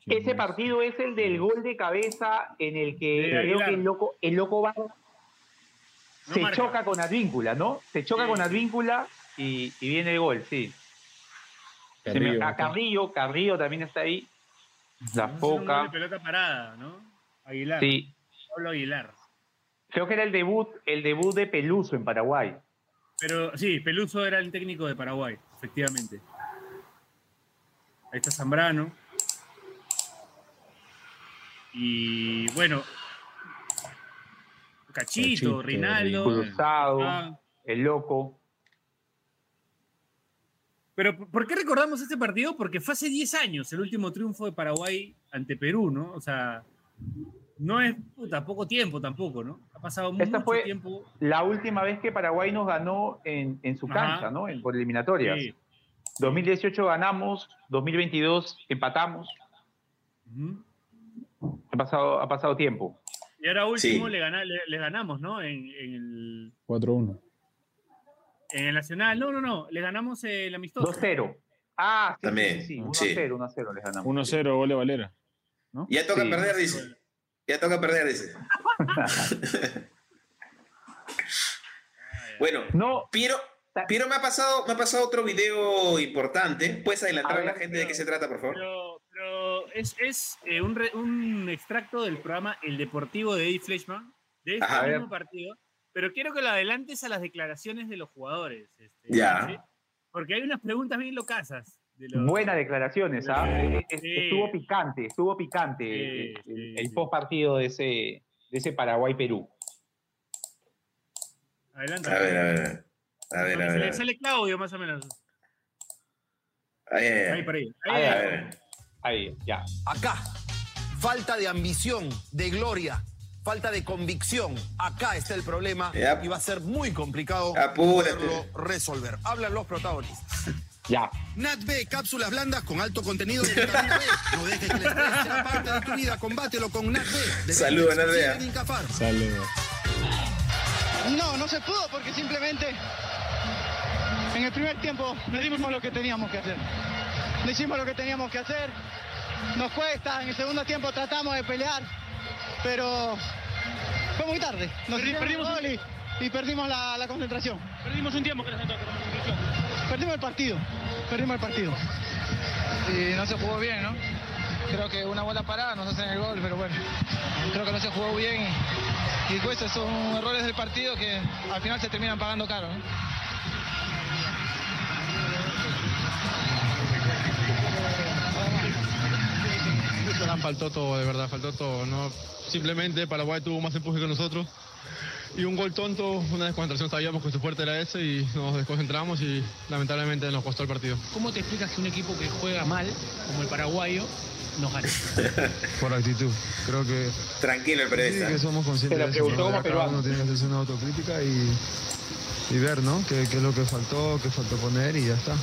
F: ¿quién
G: Ese
F: más?
G: partido es el del gol de cabeza en el que
B: De
G: creo
B: Aguilar.
G: que el loco, el loco va. se
B: marca.
G: choca con Advíncula, ¿no? Se choca
B: Sí.
G: con Advíncula y, y viene el gol, sí. Se me-
F: Carrillo.
G: a Carrillo, Carrillo también está ahí.
B: Vamos a
G: La
B: hacer un gol
G: foca.
B: de pelota parada, ¿no? Aguilar.
G: Sí.
B: Pablo Aguilar.
G: Creo que era el debut, el debut de Peluso en Paraguay.
B: Pero sí, Peluso era el técnico de Paraguay, efectivamente. Ahí está Zambrano. Y bueno. Cachito,
F: Cachito,
B: Rinaldo.
G: Cruzado,
B: Ah,
G: el loco.
B: Pero ¿por por qué recordamos este partido? Porque fue hace 10 años el último triunfo de Paraguay ante Perú, ¿no? O sea, no es puta, poco tiempo tampoco, ¿no? Ha pasado
G: Esta
B: mucho
G: fue-
B: tiempo.
G: La última vez que Paraguay nos ganó en, en su
B: Ajá.
G: cancha, ¿no? En, por eliminatorias.
B: Sí.
G: 2018 ganamos, 2022 empatamos.
B: Ujú.
G: Ha pasado, ha pasado tiempo.
B: Y ahora último
C: Sí.
B: le, gana- le- les ganamos, ¿no? En, en el,
F: 4-1.
B: en el Nacional. No, no, no. Les ganamos el amistoso.
G: 2-0. Ah, sí,
C: También,
G: sí, sí,
C: sí.
G: 1-0, 1-0 les ganamos.
F: 1-0, gol de Valera.
C: Ya toca
G: Sí.
C: perder, dice. Ya toca perder, dice. (laughs) bueno,
G: No,
C: Piero, Piero me, ha pasado, me ha pasado otro video importante. ¿Puedes adelantar
G: A
C: a,
G: ver,
C: la gente de qué se trata, por favor?
B: Pero, pero es, es eh, un, re- un extracto del programa El Deportivo de Eddie Fleischmann, de este
C: Ajá.
G: A ver.
B: mismo partido. Pero quiero que lo adelantes a las declaraciones de los jugadores. este,
C: Ya.
B: ¿sí? Porque hay unas preguntas bien locasas. De los,
G: buenas declaraciones, ¿ah?
B: Sí.
G: Es- Estuvo picante, estuvo picante
B: Sí,
G: el-
B: sí,
G: el
B: sí.
G: post partido de ese, de ese Paraguay-Perú.
B: Adelante.
C: A ver, a ver. A ver, a ver.
B: Porque
C: a
B: se le
C: ver.
B: sale Claudio, más o menos.
C: Ay, ay, ay.
B: Ahí, por ahí.
G: Ahí,
B: Ahí,
C: A
B: ahí.
C: ver.
G: Ahí, ya.
K: Acá, falta de ambición, de gloria, falta de convicción. Acá está el problema
C: Ya.
K: y va a ser muy complicado
C: Eh, Apúrate.
K: poderlo resolver. Hablan los protagonistas.
G: Ya.
K: Nat B, cápsulas blandas con alto contenido de vitamina B. No dejes que el estrés sea parte de tu vida, combátelo con Nat B.
C: Saludos, Nat B.
K: B.
F: Sale.
L: No, no se pudo porque simplemente en el primer tiempo le dimos lo que teníamos que hacer. Le hicimos lo que teníamos que hacer. Nos cuesta, en el segundo tiempo tratamos de pelear, pero fue muy tarde. Nos perdimos gol y, y perdimos la, la concentración. Perdimos un tiempo Perdimos el partido, perdimos el partido. Y no se jugó bien, ¿no? Creo que una bola parada nos hacen el gol, pero bueno, creo que no se jugó bien y, y pues esos son errores del partido que al final se terminan pagando caro. ¿no? Ah, Faltó todo, de verdad, faltó todo. ¿no? Simplemente Paraguay tuvo más empuje que nosotros. Y un gol tonto, una desconcentración, sabíamos que su fuerte era ese y nos desconcentramos y lamentablemente nos costó el partido. ¿Cómo te explicas que un equipo que juega mal, como el paraguayo,
M: nos gane. Por actitud. Creo que.
C: Tranquilo el periodista.
M: Sí, que somos conscientes
C: Pero
M: de
C: preguntó
M: eso, ¿no?
C: como
M: Cada
C: peruano.
M: uno tiene que hacerse una autocrítica y, y ver, ¿no? Qué, qué es lo que faltó, qué faltó poner y ya está.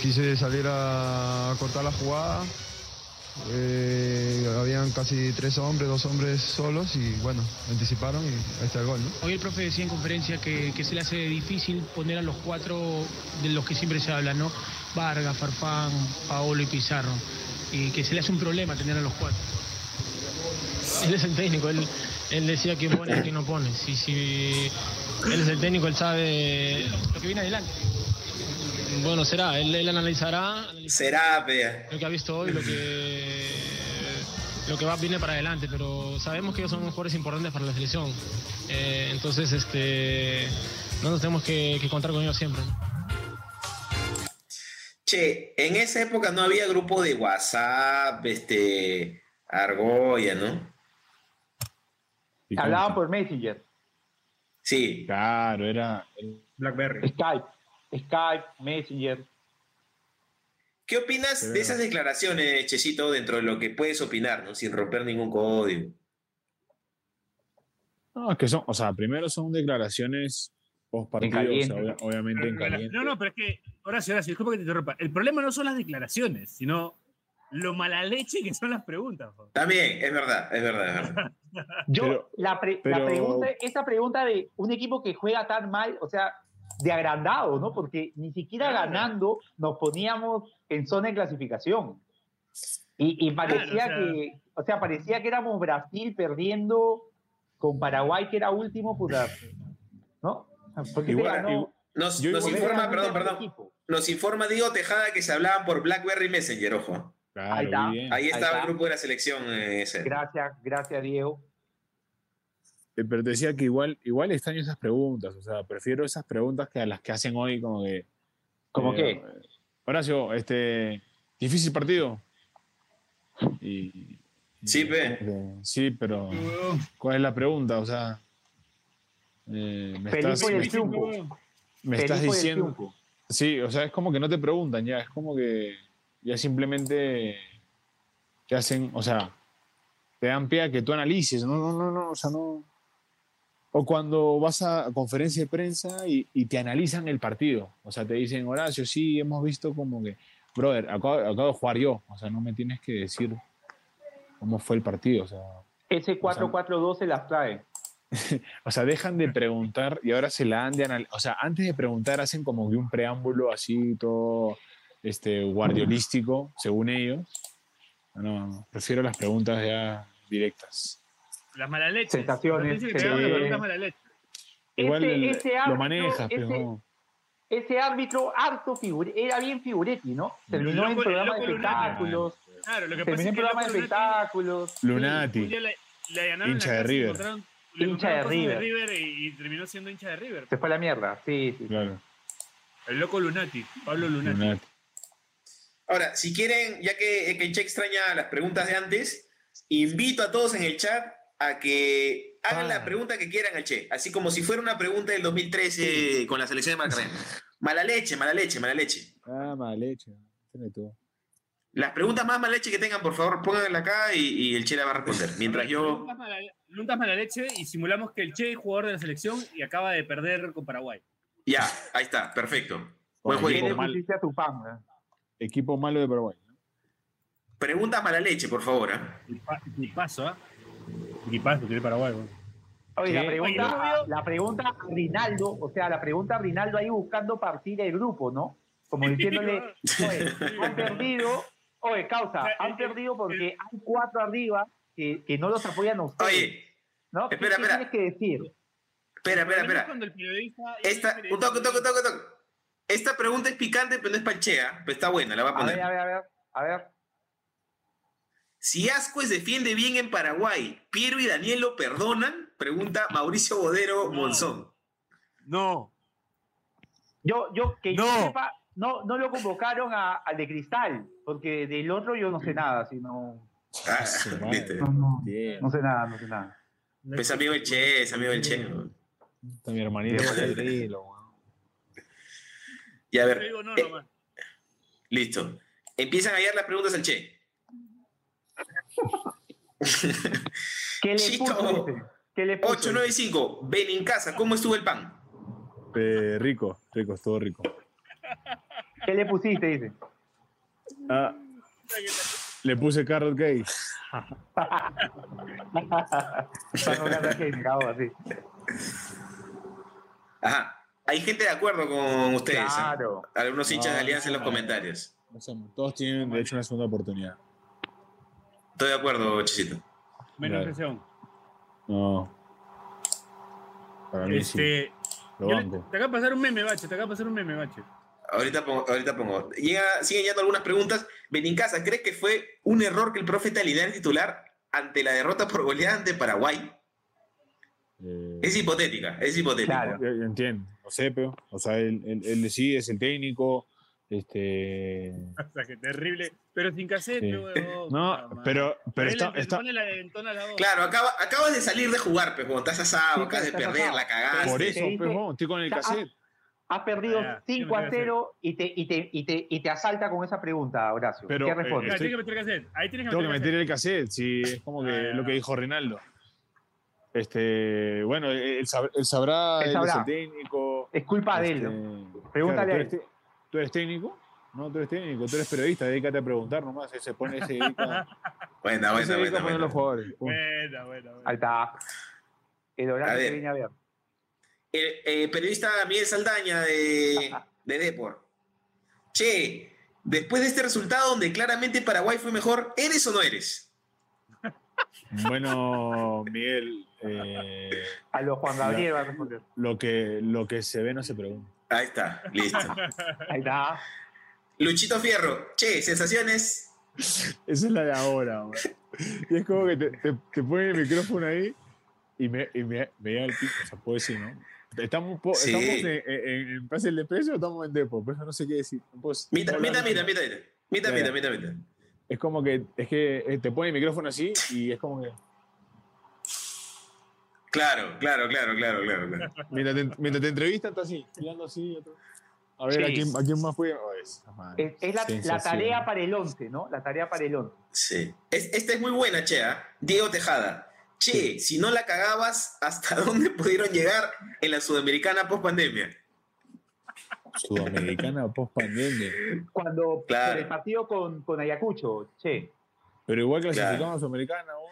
M: Quise salir a cortar la jugada. Eh, habían casi tres hombres, dos hombres solos y bueno, anticiparon y ahí está el gol, ¿no?
I: Hoy el profe decía en conferencia que, que se le hace difícil poner a los cuatro de los que siempre se habla, ¿no? Vargas, Farfán, Paolo y Pizarro. Y que se le hace un problema tener a los cuatro. Él es el técnico, él, él decía que pone y que no pone. Si, si él es el técnico, él sabe lo que viene adelante. Bueno, será, él, él analizará
C: Será, vea.
I: lo que ha visto hoy, lo que lo que va viene para adelante, pero sabemos que ellos son jugadores importantes para la selección. Eh, entonces, este, no nos tenemos Eh, que, que contar con ellos siempre.
C: Che, en esa época no había grupo de WhatsApp, este, Argolla, ¿no?
G: Hablaban por Messenger.
C: Sí.
F: Claro, era
B: BlackBerry.
G: Skype. Skype, Messenger.
C: ¿Qué opinas de esas declaraciones, Chesito, dentro de lo que puedes opinar, ¿no? Sin romper ningún código.
F: No, es que son, o sea, primero son declaraciones post partido,
B: caliente.
F: obviamente en caliente.
B: No, no, pero es que, Horacio, Horacio, disculpa que te interrumpa. El problema no son las declaraciones, sino lo mala leche que son las preguntas. po.
C: También, es verdad, es verdad, es (laughs) verdad.
G: Yo, la, pre- la
C: pero-
G: pregunta, esa pregunta de un equipo que juega tan mal, o sea, de agrandado, ¿no? Porque ni siquiera ganando nos poníamos en zona de clasificación. Y, y parecía
L: Claro, o sea-
G: que, o sea, parecía que éramos Brasil perdiendo con Paraguay, que era último, puta. ¿No? Porque
C: Igual- igual- Nos, nos informa, perdón, perdón. Nos informa Diego Tejada que se hablaban por BlackBerry Messenger, ojo.
G: Ahí está. muy bien.
C: Mm, Ahí
G: Ahí
C: estaba
G: está.
C: el grupo de la selección. eh, ese.
G: Gracias, gracias, Diego.
F: Eh, Pero te decía que igual, igual extraño esas preguntas, o sea, prefiero esas preguntas que a las que hacen hoy como que...
B: Eh,
G: ¿Cómo qué?
F: Eh, Horacio, este, difícil partido. Y, este,
C: sí,
F: sí, pero ¿cuál es la pregunta? O sea, eh, me estás, me- me
G: Feliz
F: estás
G: por el
F: diciendo.
G: triunfo.
F: Sí, o sea, es como que no te preguntan ya, es como que ya simplemente te hacen, o sea, te dan pie a que tú analices, no, no, no, no, o sea, no. O cuando vas a conferencia de prensa y, y te analizan el partido, o sea, te dicen, Horacio, sí, hemos visto como que, brother, acabo, acabo de jugar yo, o sea, no me tienes que decir cómo fue el partido, o sea.
G: Ese 4-4-2 se las trae.
F: O sea, dejan de preguntar y ahora se la han de anal- O sea, antes de preguntar hacen como que un preámbulo así, todo este, guardiolístico, según ellos. No, no, prefiero las preguntas ya directas.
B: Las mala leche.
F: Sensaciones,
B: Las preguntas
F: sí.
B: mala leche.
F: Igual
G: Ese-
F: el-
G: ese
F: lo
G: árbitro,
F: manejas,
G: ese-
F: pero no.
G: Ese árbitro harto figure- era bien figuretti, ¿no? Terminó
B: El
G: en
B: loco-
G: programa
B: el
G: de
B: loco Lunati.
G: espectáculos.
B: Claro, lo que pasa
G: Terminó
B: es
G: en
B: que el
G: programa de
B: loco Lunati-
G: espectáculos.
F: Lunati.
B: Un día le- le allanaron
G: Hincha
B: la
G: de
B: casa y
G: River.
B: encontraron- le
G: Hincha de
B: encontraron cosas
G: River.
B: y, y terminó siendo hincha de River.
G: Se fue a la mierda, sí, sí.
F: Claro.
B: El loco Lunati, Pablo Lunati.
C: Ahora, si quieren, ya que, que Che extraña las preguntas de antes, invito a todos en el chat a que hagan la pregunta que quieran al Che, así como si fuera una pregunta del 2013 con la selección de Macarena. Mala leche, mala leche, mala leche.
F: Ah, mala leche. tiene todo.
C: Las preguntas más mala leche que tengan, por favor, pónganla acá y, y el Che la va a responder. Mientras yo...
B: Preguntas mala, preguntas mala leche y simulamos que el Che es jugador de la selección y acaba de perder con Paraguay.
C: Ya, ahí está, perfecto. Buen
F: Con
C: jueguito.
F: equipo, mal-
G: Dice a tu pan, ¿eh?
F: equipo malo de Paraguay.
C: Pregunta mala leche, por favor. ¿ah?
B: Ni paso, ¿ah? Ni paso, tiene Paraguay. güey.
G: Oye,
B: ¿Qué?
G: la
B: Oye, ¿no
G: pregunta, la pregunta a Rinaldo, o sea, la pregunta a Rinaldo ahí buscando partir del grupo, ¿no? Como diciéndole, oye, han perdido, oye, causa,
B: eh,
G: han perdido porque hay cuatro arriba que, que no los apoyan a ustedes. ¿no? ¿Qué-
C: espera,
G: qué
C: espera.
G: tienes que decir?
C: Espera, espera,
G: problema es
C: espera. Esta, un toque, un toque, un toque, un toque. Esta pregunta es picante, pero no es panchea. Pero está buena, la va a
G: A
C: poner.
G: ver, a ver, a ver, a ver.
C: Si Ascuez defiende bien en Paraguay, ¿Piero y Daniel lo perdonan? Pregunta Mauricio Bodero Monzón.
G: No. Yo, yo, que yo
C: No.
G: sepa, no, no lo convocaron a- al de cristal, porque del otro yo no sé nada, sino.
C: Ah, (laughs) viste.
G: No sé nada, no sé nada.
C: Pues amigo el Che, es amigo el Che.
F: Está mi hermanito. tranquilo,
C: Y a ver, listo. Empiezan a hallar las preguntas al Che.
G: (laughs) ¿Qué le puso?
C: Chico,
G: ese? ¿Qué le puso?
C: 895, Benincasa, ¿cómo estuvo el pan?
F: Pe- Este, rico, rico, estuvo rico.
G: ¿Qué le pusiste? Dice.
F: Ah, le puse carrot cake.
G: Para no gastar que me cago así.
C: Ajá. Hay gente de acuerdo con ustedes. ¿ah?
G: Claro.
C: Algunos hinchas de
F: No,
C: Alianza en los
F: no.
C: comentarios.
F: O sea, todos tienen, de hecho, una segunda oportunidad.
C: Estoy de acuerdo, Chisito.
B: Menos
F: Claro.
B: presión.
F: No. Para mí sí.
B: Este,
F: Lo
B: yo le-
F: banco.
B: te acaba de pasar un meme, bache. Te acaba de pasar un meme, bache. (laughs)
C: Ahorita pongo. Ahorita pongo. Llega, siguen llegando algunas preguntas. Benincasa, ¿crees que fue un error que el profeta Linares titular ante la derrota por goleada ante Paraguay? Es hipotética, es hipotética.
F: Yo, yo entiendo, Eh, no sé, pero. O sea, él, él, él decide, es el técnico. Este.
B: O sea, que terrible. Pero sin cassette,
F: Sí.
B: huevón.
F: No, pero, pero
B: Él
F: está,
B: le- le
F: está.
B: pone la dentona a la voz.
C: Claro, acaba, acabas de salir de jugar, pues, cuando estás asado,
G: Sí,
C: acabas de
G: estás
C: perder,
G: asado.
C: la cagaste.
F: Por
G: te
F: eso,
G: dice-
F: pejón, estoy con el
G: O sea, has-
F: cassette.
G: Has perdido
B: Ah, ¿qué me
G: 5
B: voy a
G: a
B: hacer?
G: 0 y te, y, te, y, te, y te asalta con esa pregunta, Horacio.
F: Pero,
G: ¿Qué
B: Ahí
G: respondes?
F: estoy-
B: tienes que meter cassette. Ahí tienes que
F: Tengo que
B: meter
F: meter el cassette, sí, es como que
B: Ah,
F: lo que dijo Reinaldo. Este, bueno, él, sab- él sabrá,
G: Él
F: él,
G: sabrá.
F: es el técnico.
G: es culpa de él.
F: este,
G: ¿no?
F: claro,
G: Pregúntale
F: ¿tú,
G: a
F: eres,
G: él.
F: te- tú eres técnico? No, tú eres técnico, tú eres periodista, dedícate a preguntar nomás, él se pone ese dedica,
C: Buena, buena,
D: Se
C: buena.
D: dedica a poner
C: buena.
D: los jugadores. Pum.
B: Buena, buena, buena.
G: Ahí está. El
C: A
G: Horacio
C: ver.
G: que viene a ver.
C: Eh, eh, periodista Miguel Saldaña de, de Depor. Che, después de este resultado donde claramente Paraguay fue mejor, ¿eres o no eres?
F: Bueno, Miguel, eh,
G: A los Juan Gabriel va a responder.
F: lo, que, lo que se ve no se pregunta.
C: Ahí está,
G: (laughs)
C: listo.
G: Ahí está.
C: Luchito Fierro, che, sensaciones.
F: Esa es la de ahora, güey. Y es como que te, te, te ponen el micrófono ahí y me, y me, me llega el pico, o sea, puedo decir, ¿no? Estamos, po-
C: Sí.
F: estamos en, en, en Plaza del Desprecio o estamos en Depo, pues no sé qué decir. No puedo-
C: Mita,
F: no
C: mita,
F: hablar.
C: mita, mita, mita. Mita, mita, mita, mita.
F: Es como que, es que eh, te ponen el micrófono así y es como que,
C: Claro, claro, claro, claro, claro. claro.
F: mientras te, mientras te entrevistan, estás así, mirando así. otro. A ver,
G: Sí.
F: ¿a, quién, ¿a quién más fue? Oh, esa madre.
G: Es, es la, la
F: Sensacional.
G: tarea para el 11, ¿no? La tarea para el 11.
C: Sí. Es- esta es muy buena, che. ¿ah? Diego Tejada. Che, si no la cagabas, ¿hasta (laughs) dónde pudieron llegar en la Sudamericana post pandemia?
F: Sudamericana post pandemia.
G: Cuando
C: Claro.
G: por el partido con, con Ayacucho, che.
F: Pero igual clasificamos
C: Claro.
F: a Sudamericana, güey.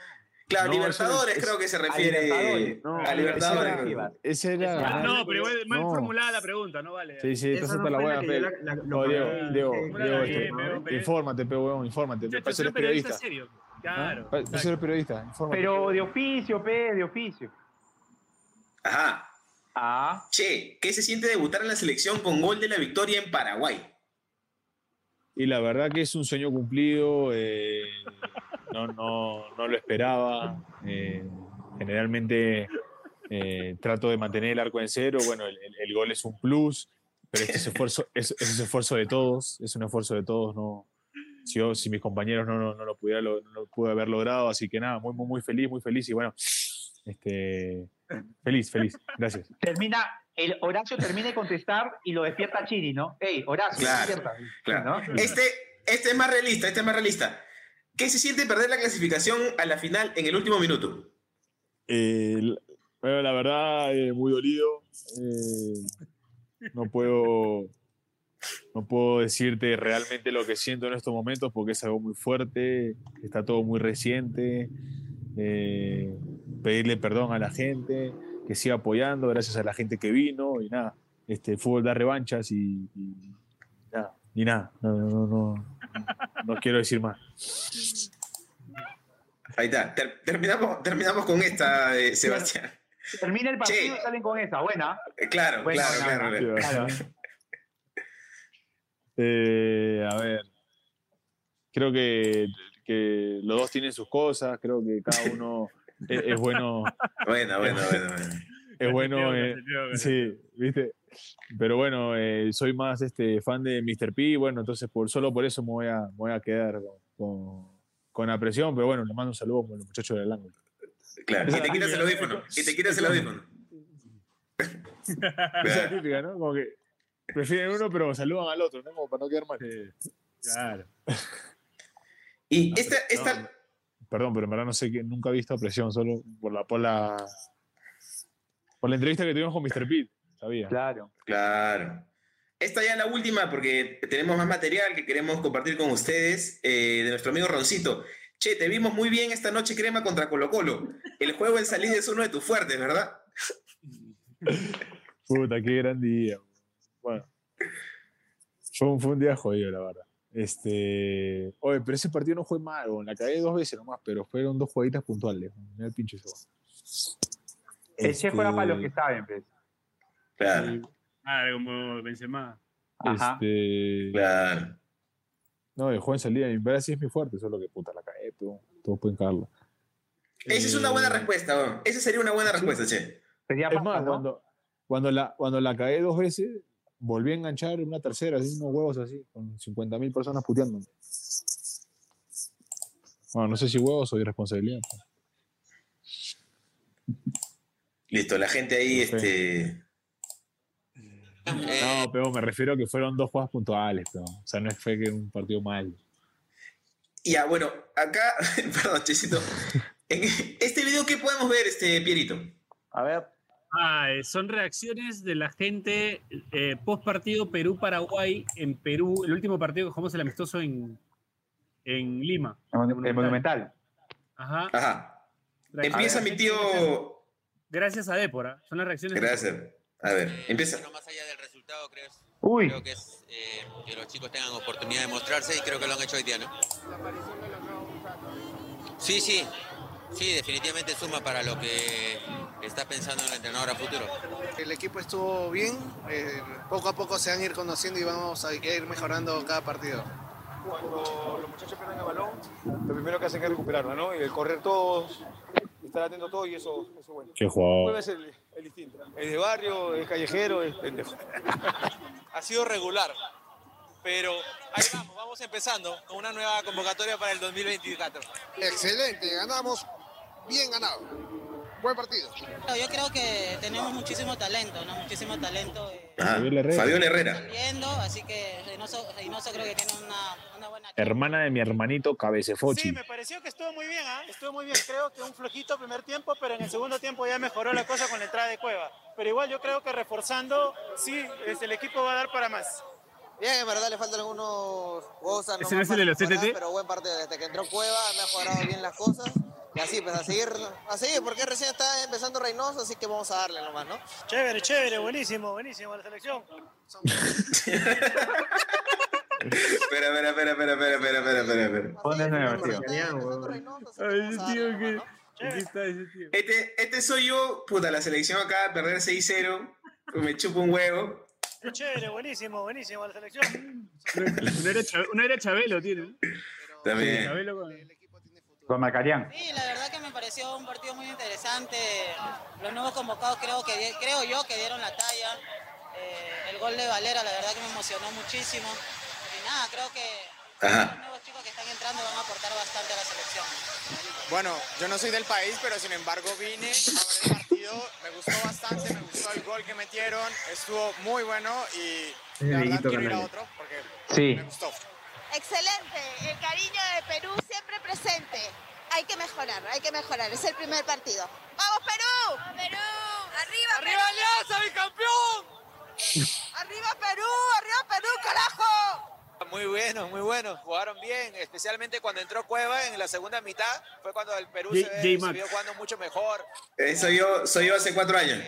C: Claro,
F: No,
C: Libertadores
F: eso es-
C: creo que se
G: a
C: refiere.
G: Libertadores.
F: No,
C: a Libertadores.
F: ese era- Ese
G: Eso-
F: era.
B: Ah,
G: Ganar.
B: No, pero igual mal
F: eh, No.
B: formulada la pregunta, no vale.
F: Sí, sí,
N: Esa
F: entonces
N: no fue
F: está la
N: la
F: buena,
N: que
F: pe.
N: yo la- la- lo
F: No, Diego,
N: pagué.
F: Diego,
N: Sí,
B: Bueno,
F: Diego,
B: sí,
F: este,
B: pero- pero-
F: infórmate, pe, huevón, infórmate. pe,
B: Muchacho,
F: Para
B: tú
F: ser
B: eres periodista
F: periodista.
B: serio.
F: ¿Ah?
B: Claro.
F: Para para
B: exacto.
F: ser periodista, infórmate.
G: Pero de oficio, pe, de oficio.
C: Ajá.
G: Ah,
C: Che, ¿qué se siente debutar en la selección con gol de la victoria en Paraguay?
F: Y la verdad que es un sueño cumplido. eh, no, no, no lo esperaba. eh, generalmente eh, trato de mantener el arco en cero. Bueno, el, el- el gol es un plus, pero este es esfuerzo, es, es ese esfuerzo de todos. Es un esfuerzo de todos. No, si, yo, si mis compañeros no, no, no lo pudiera, lo- no lo pude haber logrado. Así que nada, muy, muy, muy feliz, muy feliz. Y bueno, este, feliz, feliz. Gracias.
G: termina, el Horacio termina de contestar y lo despierta Chiri, ¿no? Ey, Horacio,
C: Claro,
G: despierta.
C: claro.
G: ¿No?
C: Este, este es más realista, este es más realista. ¿Qué se siente perder la clasificación a la final en el último minuto?
F: Eh, la- bueno, la verdad, eh, muy dolido. Eh, no puedo. No puedo decirte realmente lo que siento en estos momentos porque es algo muy fuerte, está todo muy reciente. Eh, pedirle perdón a la gente, que siga apoyando, gracias a la gente que vino y nada. Este, el fútbol da revanchas y, y nada, y nada. No, no, no, no, no quiero decir más.
C: Ahí está. Ter- terminamos, terminamos con esta, eh, Sebastián. (laughs)
G: Termina el Este partido
C: Che.
G: y salen con esa. Buena.
C: Eh, Claro,
G: Bueno,
C: claro,
G: bueno,
C: claro, claro.
G: Claro.
F: Eh, a ver, creo que, que los dos tienen sus cosas, creo que cada uno es, es (laughs) bueno,
C: Bueno, bueno, bueno, bueno.
F: es bueno,
B: Cacheteó,
F: eh,
B: cacheteó,
F: sí, viste. Pero bueno, eh, soy más este fan de Mr. P, bueno, entonces por solo por eso me voy a, me voy a quedar con, con, con la presión, pero bueno, le mando un saludo a los muchachos del ángulo.
C: Claro. Y te quitas el audífono. Y te quitas el (laughs) audífono.
F: Esa es
C: Claro.
F: (laughs) la típica, ¿no? Como que prefieren uno, pero saludan al otro, ¿no? Como para no quedar mal.
B: Claro.
C: Y esta, esta,
F: perdón, pero en verdad no sé que nunca he visto a presión, solo por la, por la, por la entrevista que tuvimos con Mr. Pitt, sabía.
G: Claro.
C: Claro. Esta ya es la última porque tenemos más material que queremos compartir con ustedes eh, de nuestro amigo Roncito. Che, te vimos muy bien esta noche crema contra Colo Colo. El juego en salida es uno de tus fuertes, ¿verdad?
F: Puta, qué gran día. Bueno, fue un, fue un día jodido, la verdad. Este, oye, pero ese partido no fue malo, la cagué dos veces nomás, pero fueron dos jueguitas puntuales. Mira el pinche eso.
G: El
F: Este
G: chef juega para los que saben, pues.
C: Claro.
B: Ah, como Benzema.
G: Ajá.
F: Este,
C: Claro.
F: No, el juego en salida, en verdad sí es mi fuerte, solo que puta, la cagué, pero todos pueden cagarla. Eh,
C: Esa es una buena respuesta, weón. Esa sería una buena respuesta, che.
G: Sería
F: Es
G: paja,
F: más,
G: ¿no?
F: cuando, cuando, la, cuando la cagué dos veces, volví a enganchar una tercera, así unos huevos así, con 50.000 personas puteándome. Bueno, no sé si huevos o irresponsabilidad. pues.
C: Listo, la gente ahí, este.
F: No, pero me refiero a que fueron dos jugadas puntuales, pero, o sea, no fue que un partido mal.
C: Ya, bueno, acá, (laughs) perdón, Chesito. En este video, ¿qué podemos ver, este Pierito?
G: A ver.
B: Ah, eh, son reacciones de la gente eh, post partido Perú-Paraguay en Perú, el último partido que jugamos el amistoso en, en Lima.
G: El Monumental.
B: Ajá.
C: Ajá.
B: Reacciones
C: Ah, Empieza
B: de
C: mi
B: gente
C: tío.
B: Gracias a Dépora. Son las reacciones. de-
C: Gracias. A ver, empieza.
G: Uy.
J: Creo que es eh, que los chicos tengan oportunidad de mostrarse y creo que lo han hecho hoy día, ¿no? Sí, sí. Sí, definitivamente suma para lo que está pensando el entrenador a futuro.
O: El equipo estuvo bien, eh, poco a poco se van a ir conociendo y vamos a ir mejorando cada partido.
P: Cuando los muchachos pierden el balón, lo primero que hacen es recuperarlo, ¿no? Y el correr todos, estar atento a todo y eso, eso es bueno.
F: Qué jugador.
P: Vuelve a ser el, el distinto. Es de barrio, es callejero, es pendejo.
J: Ha sido regular, pero ahí vamos, vamos empezando con una nueva convocatoria para el 2024.
Q: Excelente, ganamos. Bien ganado. Buen partido.
L: Yo creo que tenemos muchísimo talento, ¿no? Muchísimo talento. eh,
F: Fabiola Herrera.
C: Fabiola Herrera.
L: saliendo, así que Reynoso, Reynoso creo que tiene una, una buena...
F: Hermana de mi hermanito Cabecefochi.
R: pareció que estuvo muy bien, ¿ah? Estuvo muy bien. Creo que un flojito primer tiempo, pero en el segundo tiempo ya mejoró la cosa con la entrada de Cueva. Pero igual yo creo que reforzando, sí, es- el equipo va a dar para más.
D: Bien, en verdad le faltan algunos cosas.
B: ¿Ese no es el de los TTT?
D: Pero buen partido. Desde que entró Cueva han mejorado bien las cosas. Y así, pues a seguir, a seguir, porque recién está empezando Reynoso, así que vamos a darle nomás, ¿no?
R: Chévere, chévere, buenísimo, buenísimo la selección.
C: Espera, espera, espera, espera, espera, espera, espera, espera, espera.
G: Ponle nuevo, tío.
B: Ay, tío, que. aquí está ese tío.
C: Este, este soy yo, puta, la selección acaba de perder 6-0. Me chupo un huevo.
R: Chévere, buenísimo, buenísimo la selección.
B: Una era, Chab- una era Chabelo, tiene.
C: También.
B: Chabelo con-
G: Con Macarián.
L: Sí, la verdad que me pareció un partido muy interesante. Los nuevos convocados creo que di- creo yo que dieron la talla. Eh, el gol de Valera la verdad que me emocionó muchísimo. Y nada, creo que
C: Ajá.
L: que están entrando van a aportar bastante a la selección.
D: Bueno, yo no soy del país, pero sin embargo vine a ver el partido. Me gustó bastante, me gustó el gol que metieron. Estuvo muy bueno y la verdad
G: Amiguito
D: quiero ir a
G: Canales.
D: otro porque
G: Sí.
D: me gustó.
S: Excelente, el cariño de Perú siempre presente. Hay que mejorar, hay que mejorar. Es el primer partido. ¡Vamos, Perú! ¡Perú! ¡Arriba, ¡Arriba Alianza, bicampeón! (laughs) ¡Arriba, Perú! ¡Arriba, Perú, carajo!
J: Muy bueno, muy bueno. Jugaron bien, especialmente cuando entró Cueva en la segunda mitad. Fue cuando el Perú
C: J-
J: se,
C: J.
J: ve- se
C: Max.
J: vio jugando mucho mejor. Eh,
C: Eh, soy yo, soy yo hace cuatro años.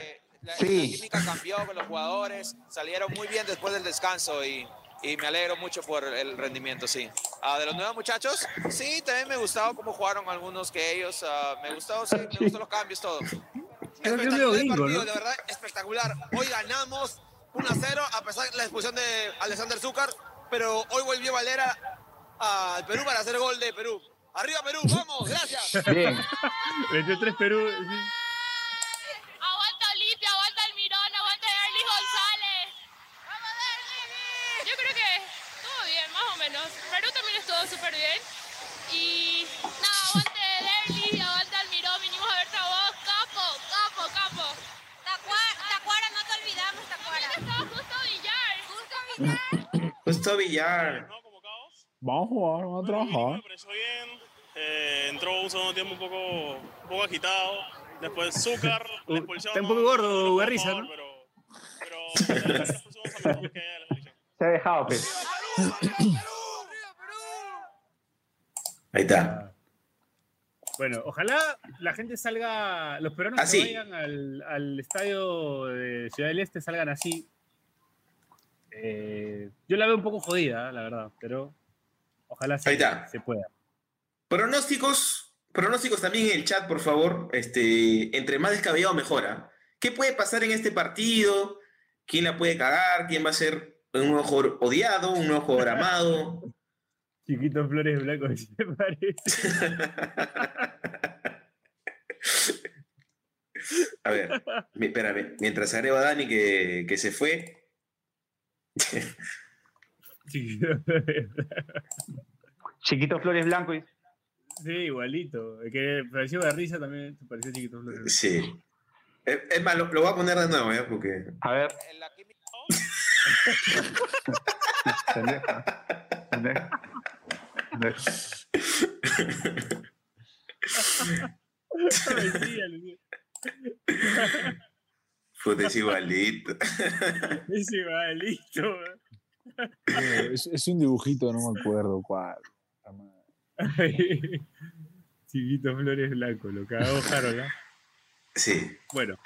J: La química cambió con los jugadores, salieron muy bien después del descanso y, y me alegro mucho por el rendimiento, sí. Ah, de los nuevos muchachos, sí, también me gustaba cómo jugaron algunos que ellos, ah, me gustó, sí, me gustó los cambios, todo.
B: Creo que es medio
J: Espectacular el
B: gringo, ¿no?
J: partido, de verdad, espectacular. Hoy ganamos 1 a 0, a pesar de la expulsión de Alexander Zúcar, pero hoy volvió Valera al Perú para hacer gol de Perú. ¡Arriba Perú, vamos! ¡Gracias!
B: 23 Perú. sí.
S: Aguanta Olimpia, aguanta Almirón, aguanta Erly González. ¡Vamos, Erly! Yo creo que estuvo bien, más o menos. Perú también estuvo súper bien. Y nada, aguante Erly, aguante Almirón, vinimos a ver a vos. Capo, capo, capo. Tacuara, Tacuara, no te olvidamos, Tacuara. Estaba justo Villar. Justo Villar.
C: Justo Villar.
F: Vamos a jugar, vamos a trabajar.
R: Me pareció bien.
T: eh, entró un segundo tiempo un poco, un poco agitado. Después Zúcar, la expulsión.
B: Está un poco gordo, Garriza, ¿no?
G: Se ha dejado, pues.
C: Ahí está.
B: (laughs) Bueno, ojalá la gente salga, los peruanos
C: Así.
B: que vayan al, al estadio de Ciudad del Este salgan así. Eh, yo la veo un poco jodida, la verdad, pero ojalá se,
C: Ahí está.
B: se pueda.
C: Pronósticos, pronósticos también en el chat, por favor. Este, entre más descabellado mejora. ¿Qué puede pasar en este partido? ¿Quién la puede cagar? ¿Quién va a ser un ojo odiado, un ojo amado?
B: Chiquito Flores Blanco, (laughs) ¿sí te parece?
C: A ver, mi- espérame, mientras agrego a Dani que, que se fue.
B: Chiquito Flores Blanco.
G: Chiquito Flores Blanco. y-
B: Sí, igualito. El Que pareció de risa también, se pareció Chiquito Flores
C: (laughs)
B: Blanco.
C: Sí. Es, es más, lo, lo voy a poner de nuevo, ¿ya? Porque.
G: A ver. Pendeja. Pendeja. Pendeja.
B: Ay, sí, alucina.
C: Puta, es igualito.
B: es igualito. weón.
D: Eh, Es, es un dibujito, no me acuerdo cuál.
B: Chiquito Flores Blanco, lo cagó Harold. ¿ah?
C: Sí.
B: Bueno.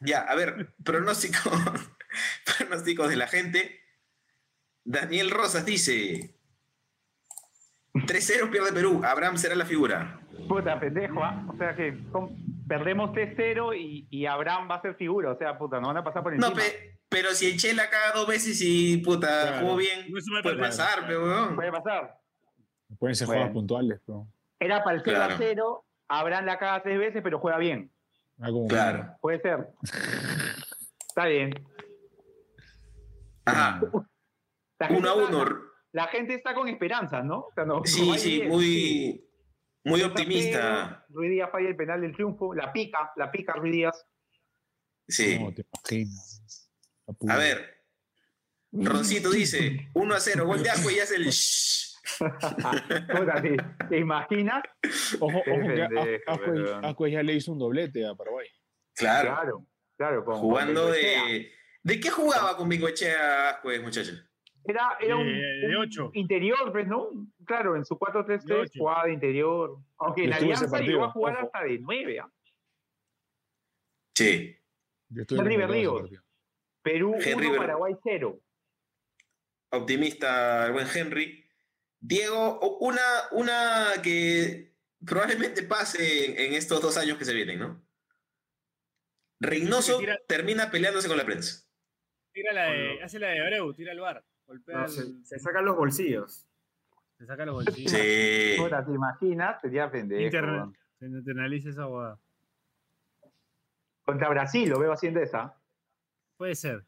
C: Ya, a ver, pronóstico, (laughs) pronósticos de la gente. Daniel Rosas dice: 3-0 pierde Perú, Abraham será la figura.
G: Puta, pendejo, ¿ah? O sea que con- perdemos 3-0 y, y Abraham va a ser figura. O sea, puta, nos van a pasar por encima.
C: No, pe- pero si el Che la caga dos veces y puta, jugó bien, puede pasar, pe, weón.
G: Puede pasar.
F: Pueden ser jugadas puntuales, pero.
G: Era para el 0
F: Claro.
G: a 0, Abraham la caga tres veces, pero juega bien.
F: Ah, como-
G: Puede ser. Está bien.
C: Ajá.
G: La gente
C: Uno a
G: está-
C: uno.
G: La gente está con esperanzas, ¿no? O sea, no-
C: Sí,
G: no va
C: sí,
G: bien.
C: muy, muy
G: Dos a
C: optimista.
G: cero, Ruiz Díaz falla el penal del triunfo. La pica, la pica Ruiz Díaz.
C: Sí. A ver, Roncito dice: 1 a 0, gol de Asco y
G: (laughs)
C: hace el. shhh.
G: Puta, ¿te, te imaginas?
F: Ojo, ojo, que
G: Pendejo,
F: Ascuez-
G: weón.
F: Ascuez ya le hizo un doblete a Paraguay.
C: (laughs) Claro.
G: Claro, claro, con-
C: Jugando
G: con
C: de. ¿De qué jugaba con Bingochea Ascuez, muchachos?
G: Era,
B: Eh,
G: era un,
C: De- de
G: un interior, pues, ¿no? Claro, en su 4-3-3 jugaba de interior. Aunque
F: Yo
G: en
F: estuve ese
G: Alianza
F: partido,
G: llegó a jugar
F: ojo.
G: hasta de 9, ¿ah?
C: Sí.
F: Yo estuve
G: Henry
F: enamorado de ese
G: Berríos.
F: partido.
G: Perú
C: Henry
G: 1,
C: Berríos.
G: Paraguay 0.
C: optimista el buen Henry. Diego, o- una, una que probablemente pase en, en estos dos años que se vienen, ¿no? Reynoso termina peleándose con la prensa.
B: Tira la de, hace la de Abreu, tira el bar. Golpea
U: No,
B: al-
U: se, se sacan los bolsillos.
B: Se saca los bolsillos.
C: Sí.
G: Puta, ¿te imaginas? Sería pendejo.
B: Interna-
G: weón.
B: se internaliza esa guada.
G: Contra Brasil lo veo haciendo esa.
B: Puede ser.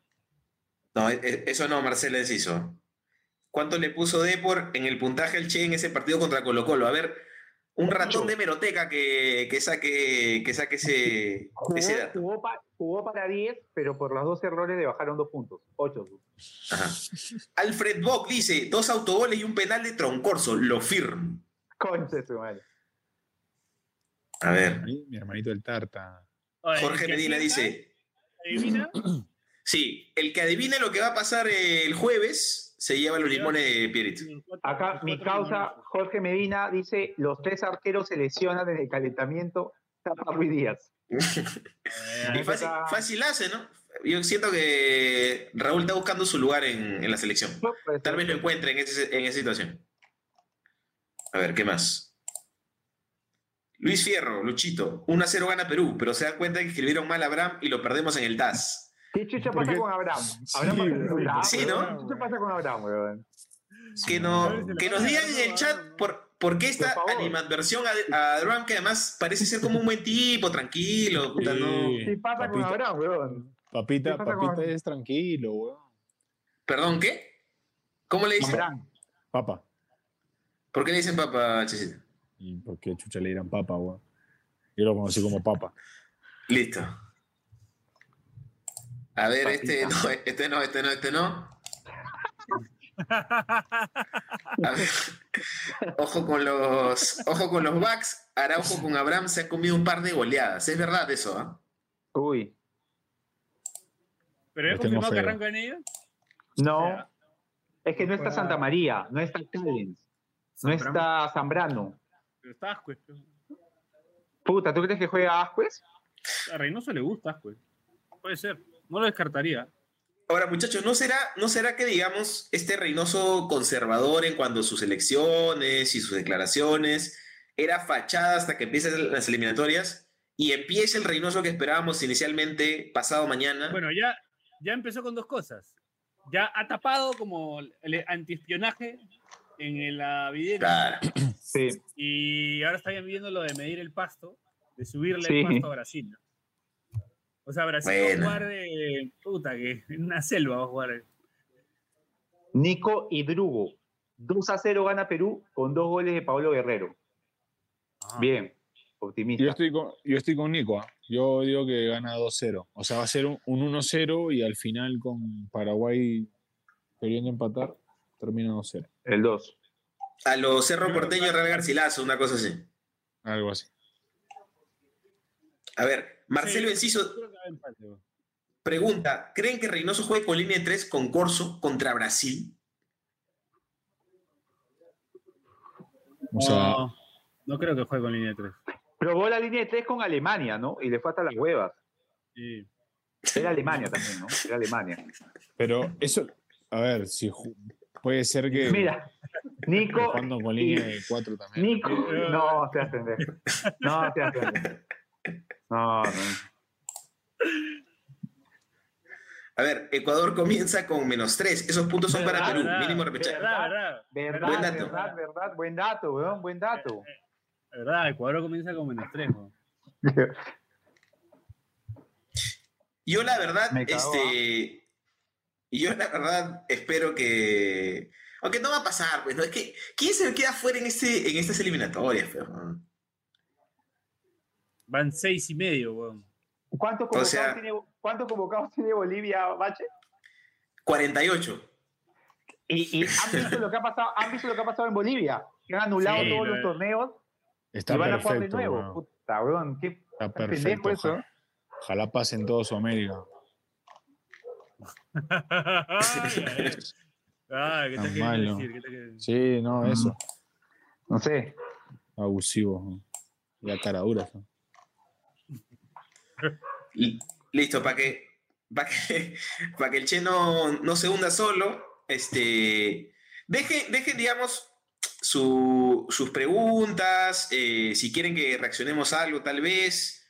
C: No, e- e- eso no, Marcela Enciso. ¿Cuánto le puso Depor en el puntaje al Che en ese partido contra Colo Colo? A ver, un ratón de meroteca que, que saque, que saque ese,
G: Jugó,
C: ese dato.
G: jugó pa- jugó para 10, pero por los dos errores le bajaron dos puntos. (laughs) 8.
C: Ajá. Alfred Bock dice, dos autogoles y un penal de Troncorso, lo firmo.
G: Concha de su madre.
C: A ver.
F: Mi hermanito el Tarta.
C: Jorge Medina dice. Sí, el que adivine lo que va a pasar el jueves se lleva los limones de Pierito.
G: Acá mi causa, Jorge Medina, dice, los tres arqueros se lesionan en el calentamiento, tapa Ruiz Díaz.
C: Y fácil, fácil hace, ¿no? Yo siento que Raúl está buscando su lugar en, en la selección.
G: pues,
C: Tal vez lo encuentre en, ese- en esa situación. A ver, ¿qué más? Luis Fierro, Luchito, 1 a 0 gana Perú, pero se da cuenta que escribieron mal a Abraham y lo perdemos en el TAS.
G: ¿Qué chucha pasa con Abraham? Abraham
C: Sí,
G: pasa con
C: güey.
G: Abraham,
C: Sí,
G: weón.
C: ¿no?
G: ¿Qué chucha pasa con Abraham, weón?
C: Que, no, que nos digan en el chat por, por qué esta animadversión a, a Abraham, que además parece ser como un buen tipo, tranquilo. puta, no.
G: ¿Qué pasa con Abraham, weón?
F: Papita,
G: ¿Qué pasa
F: papita
G: con-
F: es tranquilo, weón.
C: ¿Perdón, qué? ¿Cómo le dicen?
F: Abraham. Papa.
C: ¿Por qué le dicen papa, Chesito?
F: ¿Y por qué chucha le dirán papa, weón? Yo lo conocí como papa.
C: Listo. A ver, este no, este no, este no, este no. A ver, ojo con los, ojo con los backs. Araujo con Abraham se ha comido un par de goleadas. Es verdad eso, ¿ah?
G: Uy.
B: ¿Pero he
G: Lo tengo
B: confirmado que
G: feo.
B: arranca en ellos?
G: No. Es que no está Santa María, no está Callens, no está Zambrano.
B: Pero está Ascuez. pues.
G: Puta, ¿tú crees que juega Ascuez?
B: A Reynoso le gusta Ascuez. Puede ser. No lo descartaría.
C: Ahora, muchachos, ¿no será, ¿no será que, digamos, este Reynoso conservador en cuanto a sus elecciones y sus declaraciones era fachada hasta que empiecen las eliminatorias y empiece el Reynoso que esperábamos inicialmente pasado mañana?
B: Bueno, ya, ya empezó con dos cosas. Ya ha tapado como el antiespionaje en la videna.
G: Sí.
B: Y ahora está bien viendo lo de medir el pasto, de subirle
G: Sí.
B: el pasto a Brasil. ¿no? O sea, Brasil
G: Bueno.
B: va a jugar de puta que en una selva va a jugar.
G: Nico y Drugo. 2 a 0 gana Perú con dos goles de Pablo Guerrero.
C: Ah.
G: Bien, optimista.
F: Yo estoy con, yo estoy con Nico. ¿ah? Yo digo que gana 2-0. O sea, va a ser un, un 1-0 y al final con Paraguay queriendo empatar, termina 2-0.
G: El 2.
C: A los Cerro Porteño, Real Garcilaso, una cosa así.
F: Algo así.
C: A ver, Marcelo Enciso pregunta, ¿creen que Reynoso juegue con línea de 3 con Corso contra Brasil?
F: O sea,
B: no, no creo que juegue con línea 3.
G: Probó la línea de 3 con Alemania, ¿no? Y le fue hasta las huevas.
B: Sí.
G: Era Alemania también, ¿no? Era Alemania.
F: Pero eso, a ver, si ju- puede ser que.
G: Mira, Nico.
F: Jugando con línea de 4 también.
G: Nico. No, se hace pendejo. No, se hace pendejo. No, no.
C: A ver, Ecuador comiza con menos 3. Esos puntos son para Perú, mínimo repechaje.
B: verdad,
G: verdad,
C: Buen dato.
G: verdad, verdad, buen dato, weón, buen dato.
B: La verdad, Ecuador comienza con menos 3.
C: Yo la verdad,
B: Me cagó,
C: este, yo la verdad espero que, aunque no va a pasar, pues, ¿no? Es que, ¿quién se queda fuera en, este, en estas eliminatorias? pues, weón?
B: Van 6 y medio, weón.
G: ¿Cuántos
C: O sea-
G: convocados tiene- cuántos convocados tiene Bolivia, Bache?
C: 48.
G: Y, y han, visto lo que ha pasado, han visto lo que ha pasado en Bolivia. Que han anulado
F: Sí,
G: todos
F: lo-
G: los torneos
F: Está
G: y van a jugar de
F: perfecto,
G: nuevo.
F: weón.
G: Puta, weón, qué
F: Está
G: pendejo
F: perfecto.
G: eso.
F: Ojalá, ojalá pase en todo Sudamérica.
B: Ah, ¿qué te
F: Está
B: queriendo
F: mal, ¿no?
B: decir? ¿Qué te queriendo decir? (laughs)
F: Sí, no, eso.
G: No sé.
F: Mm. Abusivo. ¿no? La cara dura. ¿no?
C: Li- Listo, para que, para que, (laughs) pa' que el Che no, no se hunda solo, este, dejen, dejen digamos, su- sus preguntas, eh, si quieren que reaccionemos a algo, tal vez,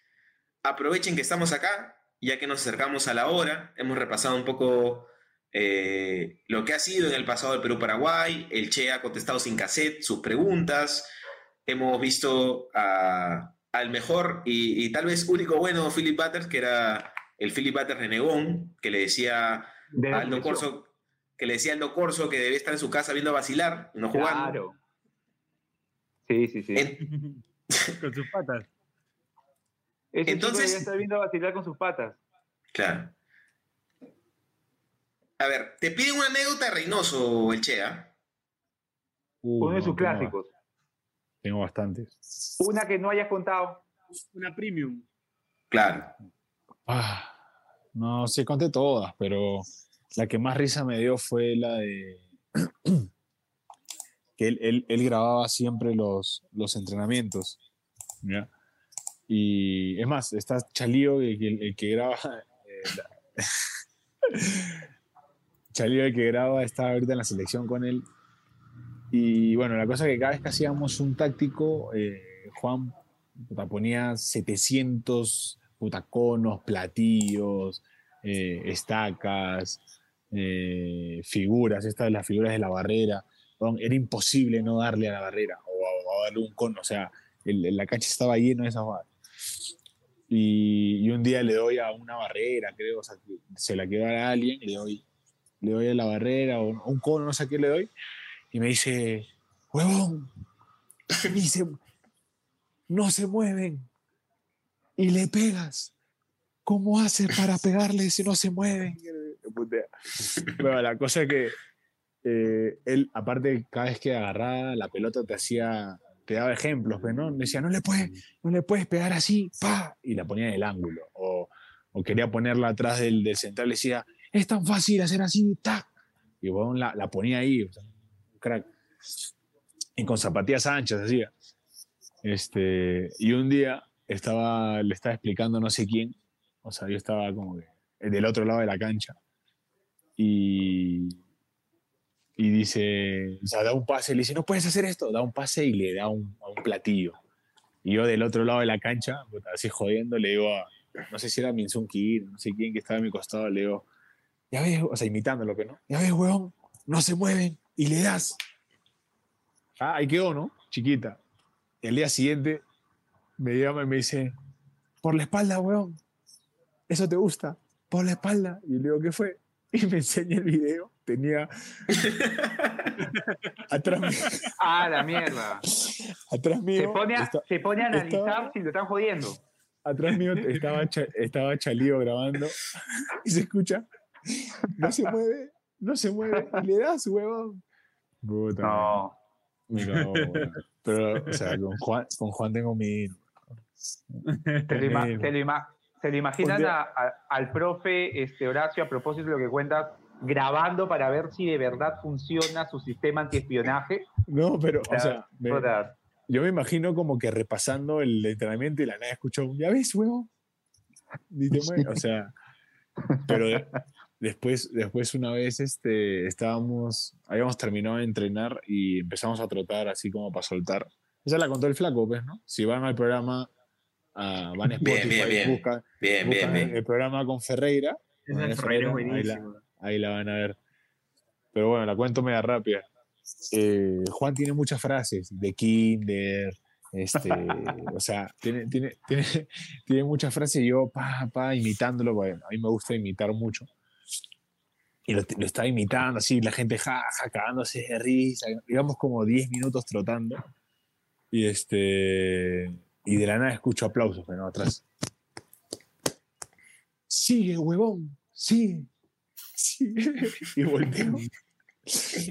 C: aprovechen que estamos acá, ya que nos acercamos a la hora, hemos repasado un poco eh, lo que ha sido en el pasado del Perú-Paraguay, el Che ha contestado sin cassette sus preguntas, hemos visto a- al mejor y, y tal vez único bueno Philip Butters, que era el Philip Butters renegón, que le decía a Aldo Corso, que le decía a Aldo Corso que debía estar en su casa viendo a vacilar, no jugando.
G: Claro. Sí, sí, sí.
B: con sus patas.
G: Ese
C: Entonces-
G: Entonces, ya está viendo vacilar con sus patas.
C: Claro. A ver, te piden una anécdota de Reynoso, el ¿ah? Chea.
F: Uh,
G: Uno de
F: no,
G: sus
F: tengo-
G: clásicos.
F: Tengo bastantes.
G: Una que no hayas contado.
B: Una premium.
C: Claro.
F: Ah, no, sí conté todas, pero la que más risa me dio fue la de (clears throat) que él, él- él grababa siempre los, los entrenamientos. ¿ya? Y es más, está Chalío, el, que- el que graba. eh, la- (laughs) Chalío, el que graba, está ahorita en la selección con él. Y bueno, la cosa es que cada vez que hacíamos un táctico, eh, Juan puta, ponía 700 putaconos, platillos, eh, estacas, eh, figuras, estas las figuras de la barrera. Weón, Era imposible no darle a la barrera o a, o a darle un cono, o sea, el- la cancha estaba llena de esas barras. Y, y un día le doy a una barrera, creo, o sea, que se la quiero dar a alguien, le doy, le doy a la barrera o un cono, no sé qué le doy, y me dice, huevón, me dice, no se mueven y le pegas. ¿Cómo (laughs) haces para pegarle si no se mueven? Putea. Bueno, la cosa es que eh, él, aparte, cada vez que agarraba la pelota te hacía, te daba ejemplos, pues, ¿no? Decía, no le puedes, no le puedes pegar así, pa, y la ponía en el ángulo. O, o quería ponerla atrás del, del central, le decía, es tan fácil hacer así, tac. Y huevón la, la ponía ahí, o sea, un crack. Y con zapatillas anchas hacía. Este, y un día estaba, le estaba explicando no sé quién, o sea, yo estaba como que del otro lado de la cancha. Y, y dice, o sea, da un pase, le dice, no puedes hacer esto, da un pase y le da un, a un platillo. Y yo del otro lado de la cancha, puta, así jodiendo, le digo a, no sé si era Minsun Kir, no sé quién que estaba a mi costado, le digo, ya ves, o sea, imitándolo, que no, ya ves, huevón, no se mueven y le das. Ah, ahí quedó, ¿no? Chiquita. El día siguiente me llama y me dice, por la espalda, huevón, eso te gusta, por la espalda. Y le digo, ¿qué fue? Y me enseña el video,
G: (laughs)
F: tenía atrás mío,
G: Ah, la mierda.
F: atrás mío
G: Se pone a,
F: está-
G: se pone a analizar
F: estaba-
G: si lo están jodiendo.
F: atrás mío estaba, Cha- estaba Chalío grabando y se escucha, no se mueve, no se mueve, y le das, huevón. Puta,
G: no.
F: Me cago, weón. Pero, o sea, con Juan, con Juan tengo mi...
G: Te lo, ima- te lo ima- te lo imaginas
F: Un día-
G: a- a- al profe este, Horacio, a propósito de lo que cuentas, grabando para ver si de verdad funciona su sistema antiespionaje.
F: No, pero, o sea, me-
G: puta,
F: yo me imagino como que repasando el entrenamiento y la nada escuchó, ya ves, huevón. Ni te mueves, o sea... Pero de- después, después una vez este, estábamos, habíamos terminado de entrenar y empezamos a trotar así como para soltar. Esa la contó el flaco, pues, ¿no? Si van al programa, ah, van a
C: Bien,
F: Spotify,
C: bien, bien.
F: buscan,
C: Bien, bien,
F: buscan
G: eh,
C: bien.
F: el programa con Ferreira.
U: Esa de
F: Con
U: Ferreira es
F: ahí la-
U: buenísima.
F: Ahí la van a ver. Pero bueno, la cuento media rápida. Eh, Juan tiene muchas frases de Kinder,
C: (laughs)
F: este, o sea, tiene, tiene, tiene, tiene muchas frases y yo, pa, pa, imitándolo, bueno, a mí me gusta imitar mucho. Y lo, lo estaba imitando así, la gente jaja, cagándose de risa, digamos como 10 minutos trotando. Y este, y de la nada escucho aplausos, pero atrás. Sigue, huevón, sigue, sigue. (laughs) Y volteo.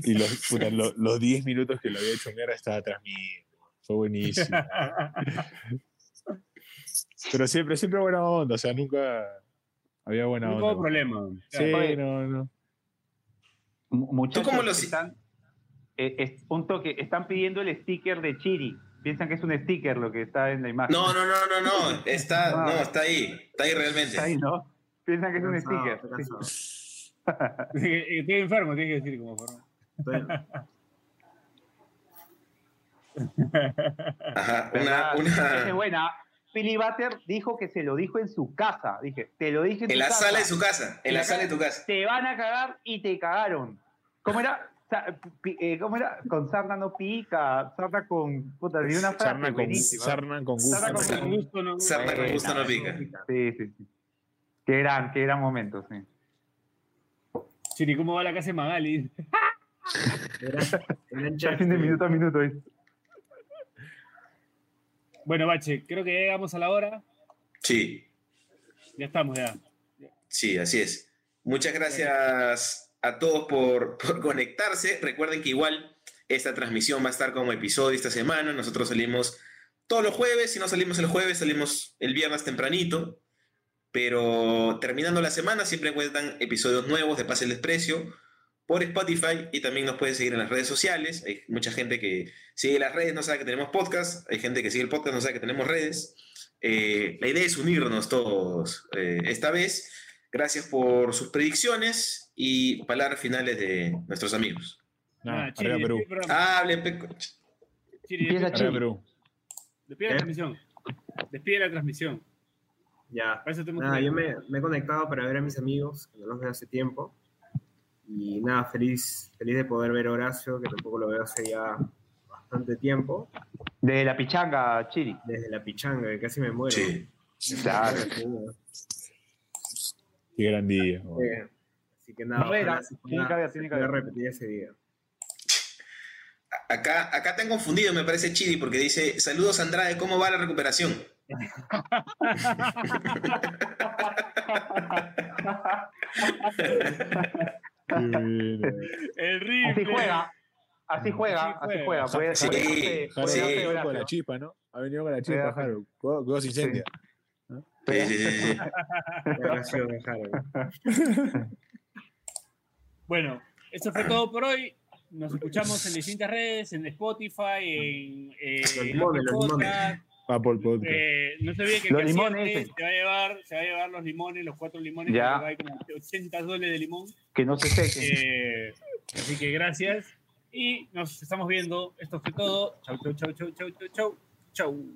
F: Y los puta, lo- los 10 minutos que lo había hecho mierda estaba atrás mío. Fue buenísimo. Pero siempre, siempre buena onda, o sea, nunca había buena
B: No
F: onda.
B: hubo problema.
F: Sí,
G: Oye,
F: no, no.
G: Muchachos,
C: cómo lo si-
G: están, eh, es- un toque, están pidiendo el sticker de Chiri. Piensan que es un sticker lo que está en la imagen.
C: No, no, no, no, no. Está,
G: (laughs) Ah.
C: no, está ahí. Está ahí realmente.
G: Está ahí, ¿no? Piensan que es un
U: Cansado,
G: sticker.
U: estoy cansado.
B: Estoy enfermo, tienes que decir como forma.
C: Ajá,
G: ¿Verdad?
C: una,
G: Esa es
C: una,
G: buena. Philly Butter dijo que se lo dijo en su casa. Dije, te lo dije en,
C: en
G: tu
C: la
G: casa.
C: sala de su casa. En la sala de tu casa.
G: Te van a cagar y te cagaron. ¿Cómo era? Sa- pi- eh, ¿Cómo era? Con sarna no pica, sarna con... Puta, vi una frase
F: Sarna con,
G: buenísima.
F: sarna con gusto.
G: Sarna
C: con
B: gusto, no.
C: Sarna con
G: Buena.
C: gusto no pica.
G: Sí, sí, sí. Qué gran, qué gran momento, sí.
B: Chiri, ¿cómo va la casa de Magali?
G: Al fin de minuto a minuto. ¿eh?
B: Bueno, Bache, creo que ya llegamos a la hora.
C: Sí,
B: Ya estamos, ya.
C: sí, así es. Muchas gracias a todos por, (laughs) por conectarse. Recuerden que igual esta transmisión va a estar como episodio esta semana. Nosotros salimos todos los jueves. Si no salimos el jueves, salimos el viernes tempranito. Pero terminando la semana siempre encuentran episodios nuevos de Pase el Desprecio por Spotify y también nos pueden seguir en las redes sociales. Hay mucha gente que sigue las redes, no sabe que tenemos podcast. Hay gente que sigue el podcast, no sabe que tenemos redes. Eh, la idea es unirnos todos eh, esta vez. Gracias por sus predicciones y palabras finales de nuestros amigos.
F: Nada, arriba Perú.
C: Hable, peco.
B: Chiri,
F: Arriba
B: despide,
F: Perú.
B: despide la transmisión. Despide la transmisión.
U: Ya.
B: Para eso tenemos
U: Nada,
B: que-
U: yo me, me he conectado para ver a mis amigos, que no los veo hace tiempo. Y nada, feliz, feliz de poder ver a Horacio, que tampoco lo veo hace ya bastante tiempo.
G: Desde la pichanga, Chiri.
U: Desde la pichanga, que casi me muero.
C: Sí.
G: Claro.
F: Qué gran día. weón.
U: Eh, Así que nada,
G: Barrera,
U: ojalá se pueda-
G: tiene que haber, tiene
U: se
G: que haber.
U: pueda repetir ese día.
C: Acá, acá te han confundido, me parece Chidi, porque dice: Saludos Andrade, ¿cómo va la recuperación?
F: Qué bien, weón.
B: El ritmo.
G: así juega. Así juega, así juega. Puede-
F: Sí,
G: puede-
F: sí,
G: puede- puede-
F: ha venido
G: puede-
F: con la chispa, ¿no? Ha venido con la chispa,
G: Cuidado.
F: Harold. Cuidado, cuidado se incendia. ¿No?
C: Eh,
U: Gracias, Harold.
B: Bueno, eso fue todo por hoy. Nos escuchamos en distintas redes, en Spotify, en eh,
F: Los limones, los
B: Apple
F: limones.
B: Podcast.
F: Apple Podcast.
B: Eh, no se olviden que
F: Los
B: el
F: limones este.
B: Casiante
F: ese.
B: se va a llevar, se va a llevar los limones, los cuatro limones,
G: Ya.
B: que hay como 80 dólares este de limón.
G: Que no se seque.
B: Eh, así que gracias. Y nos estamos viendo. Esto fue todo. Chau, chau, chau, chau, chau, chau, chau. Chau.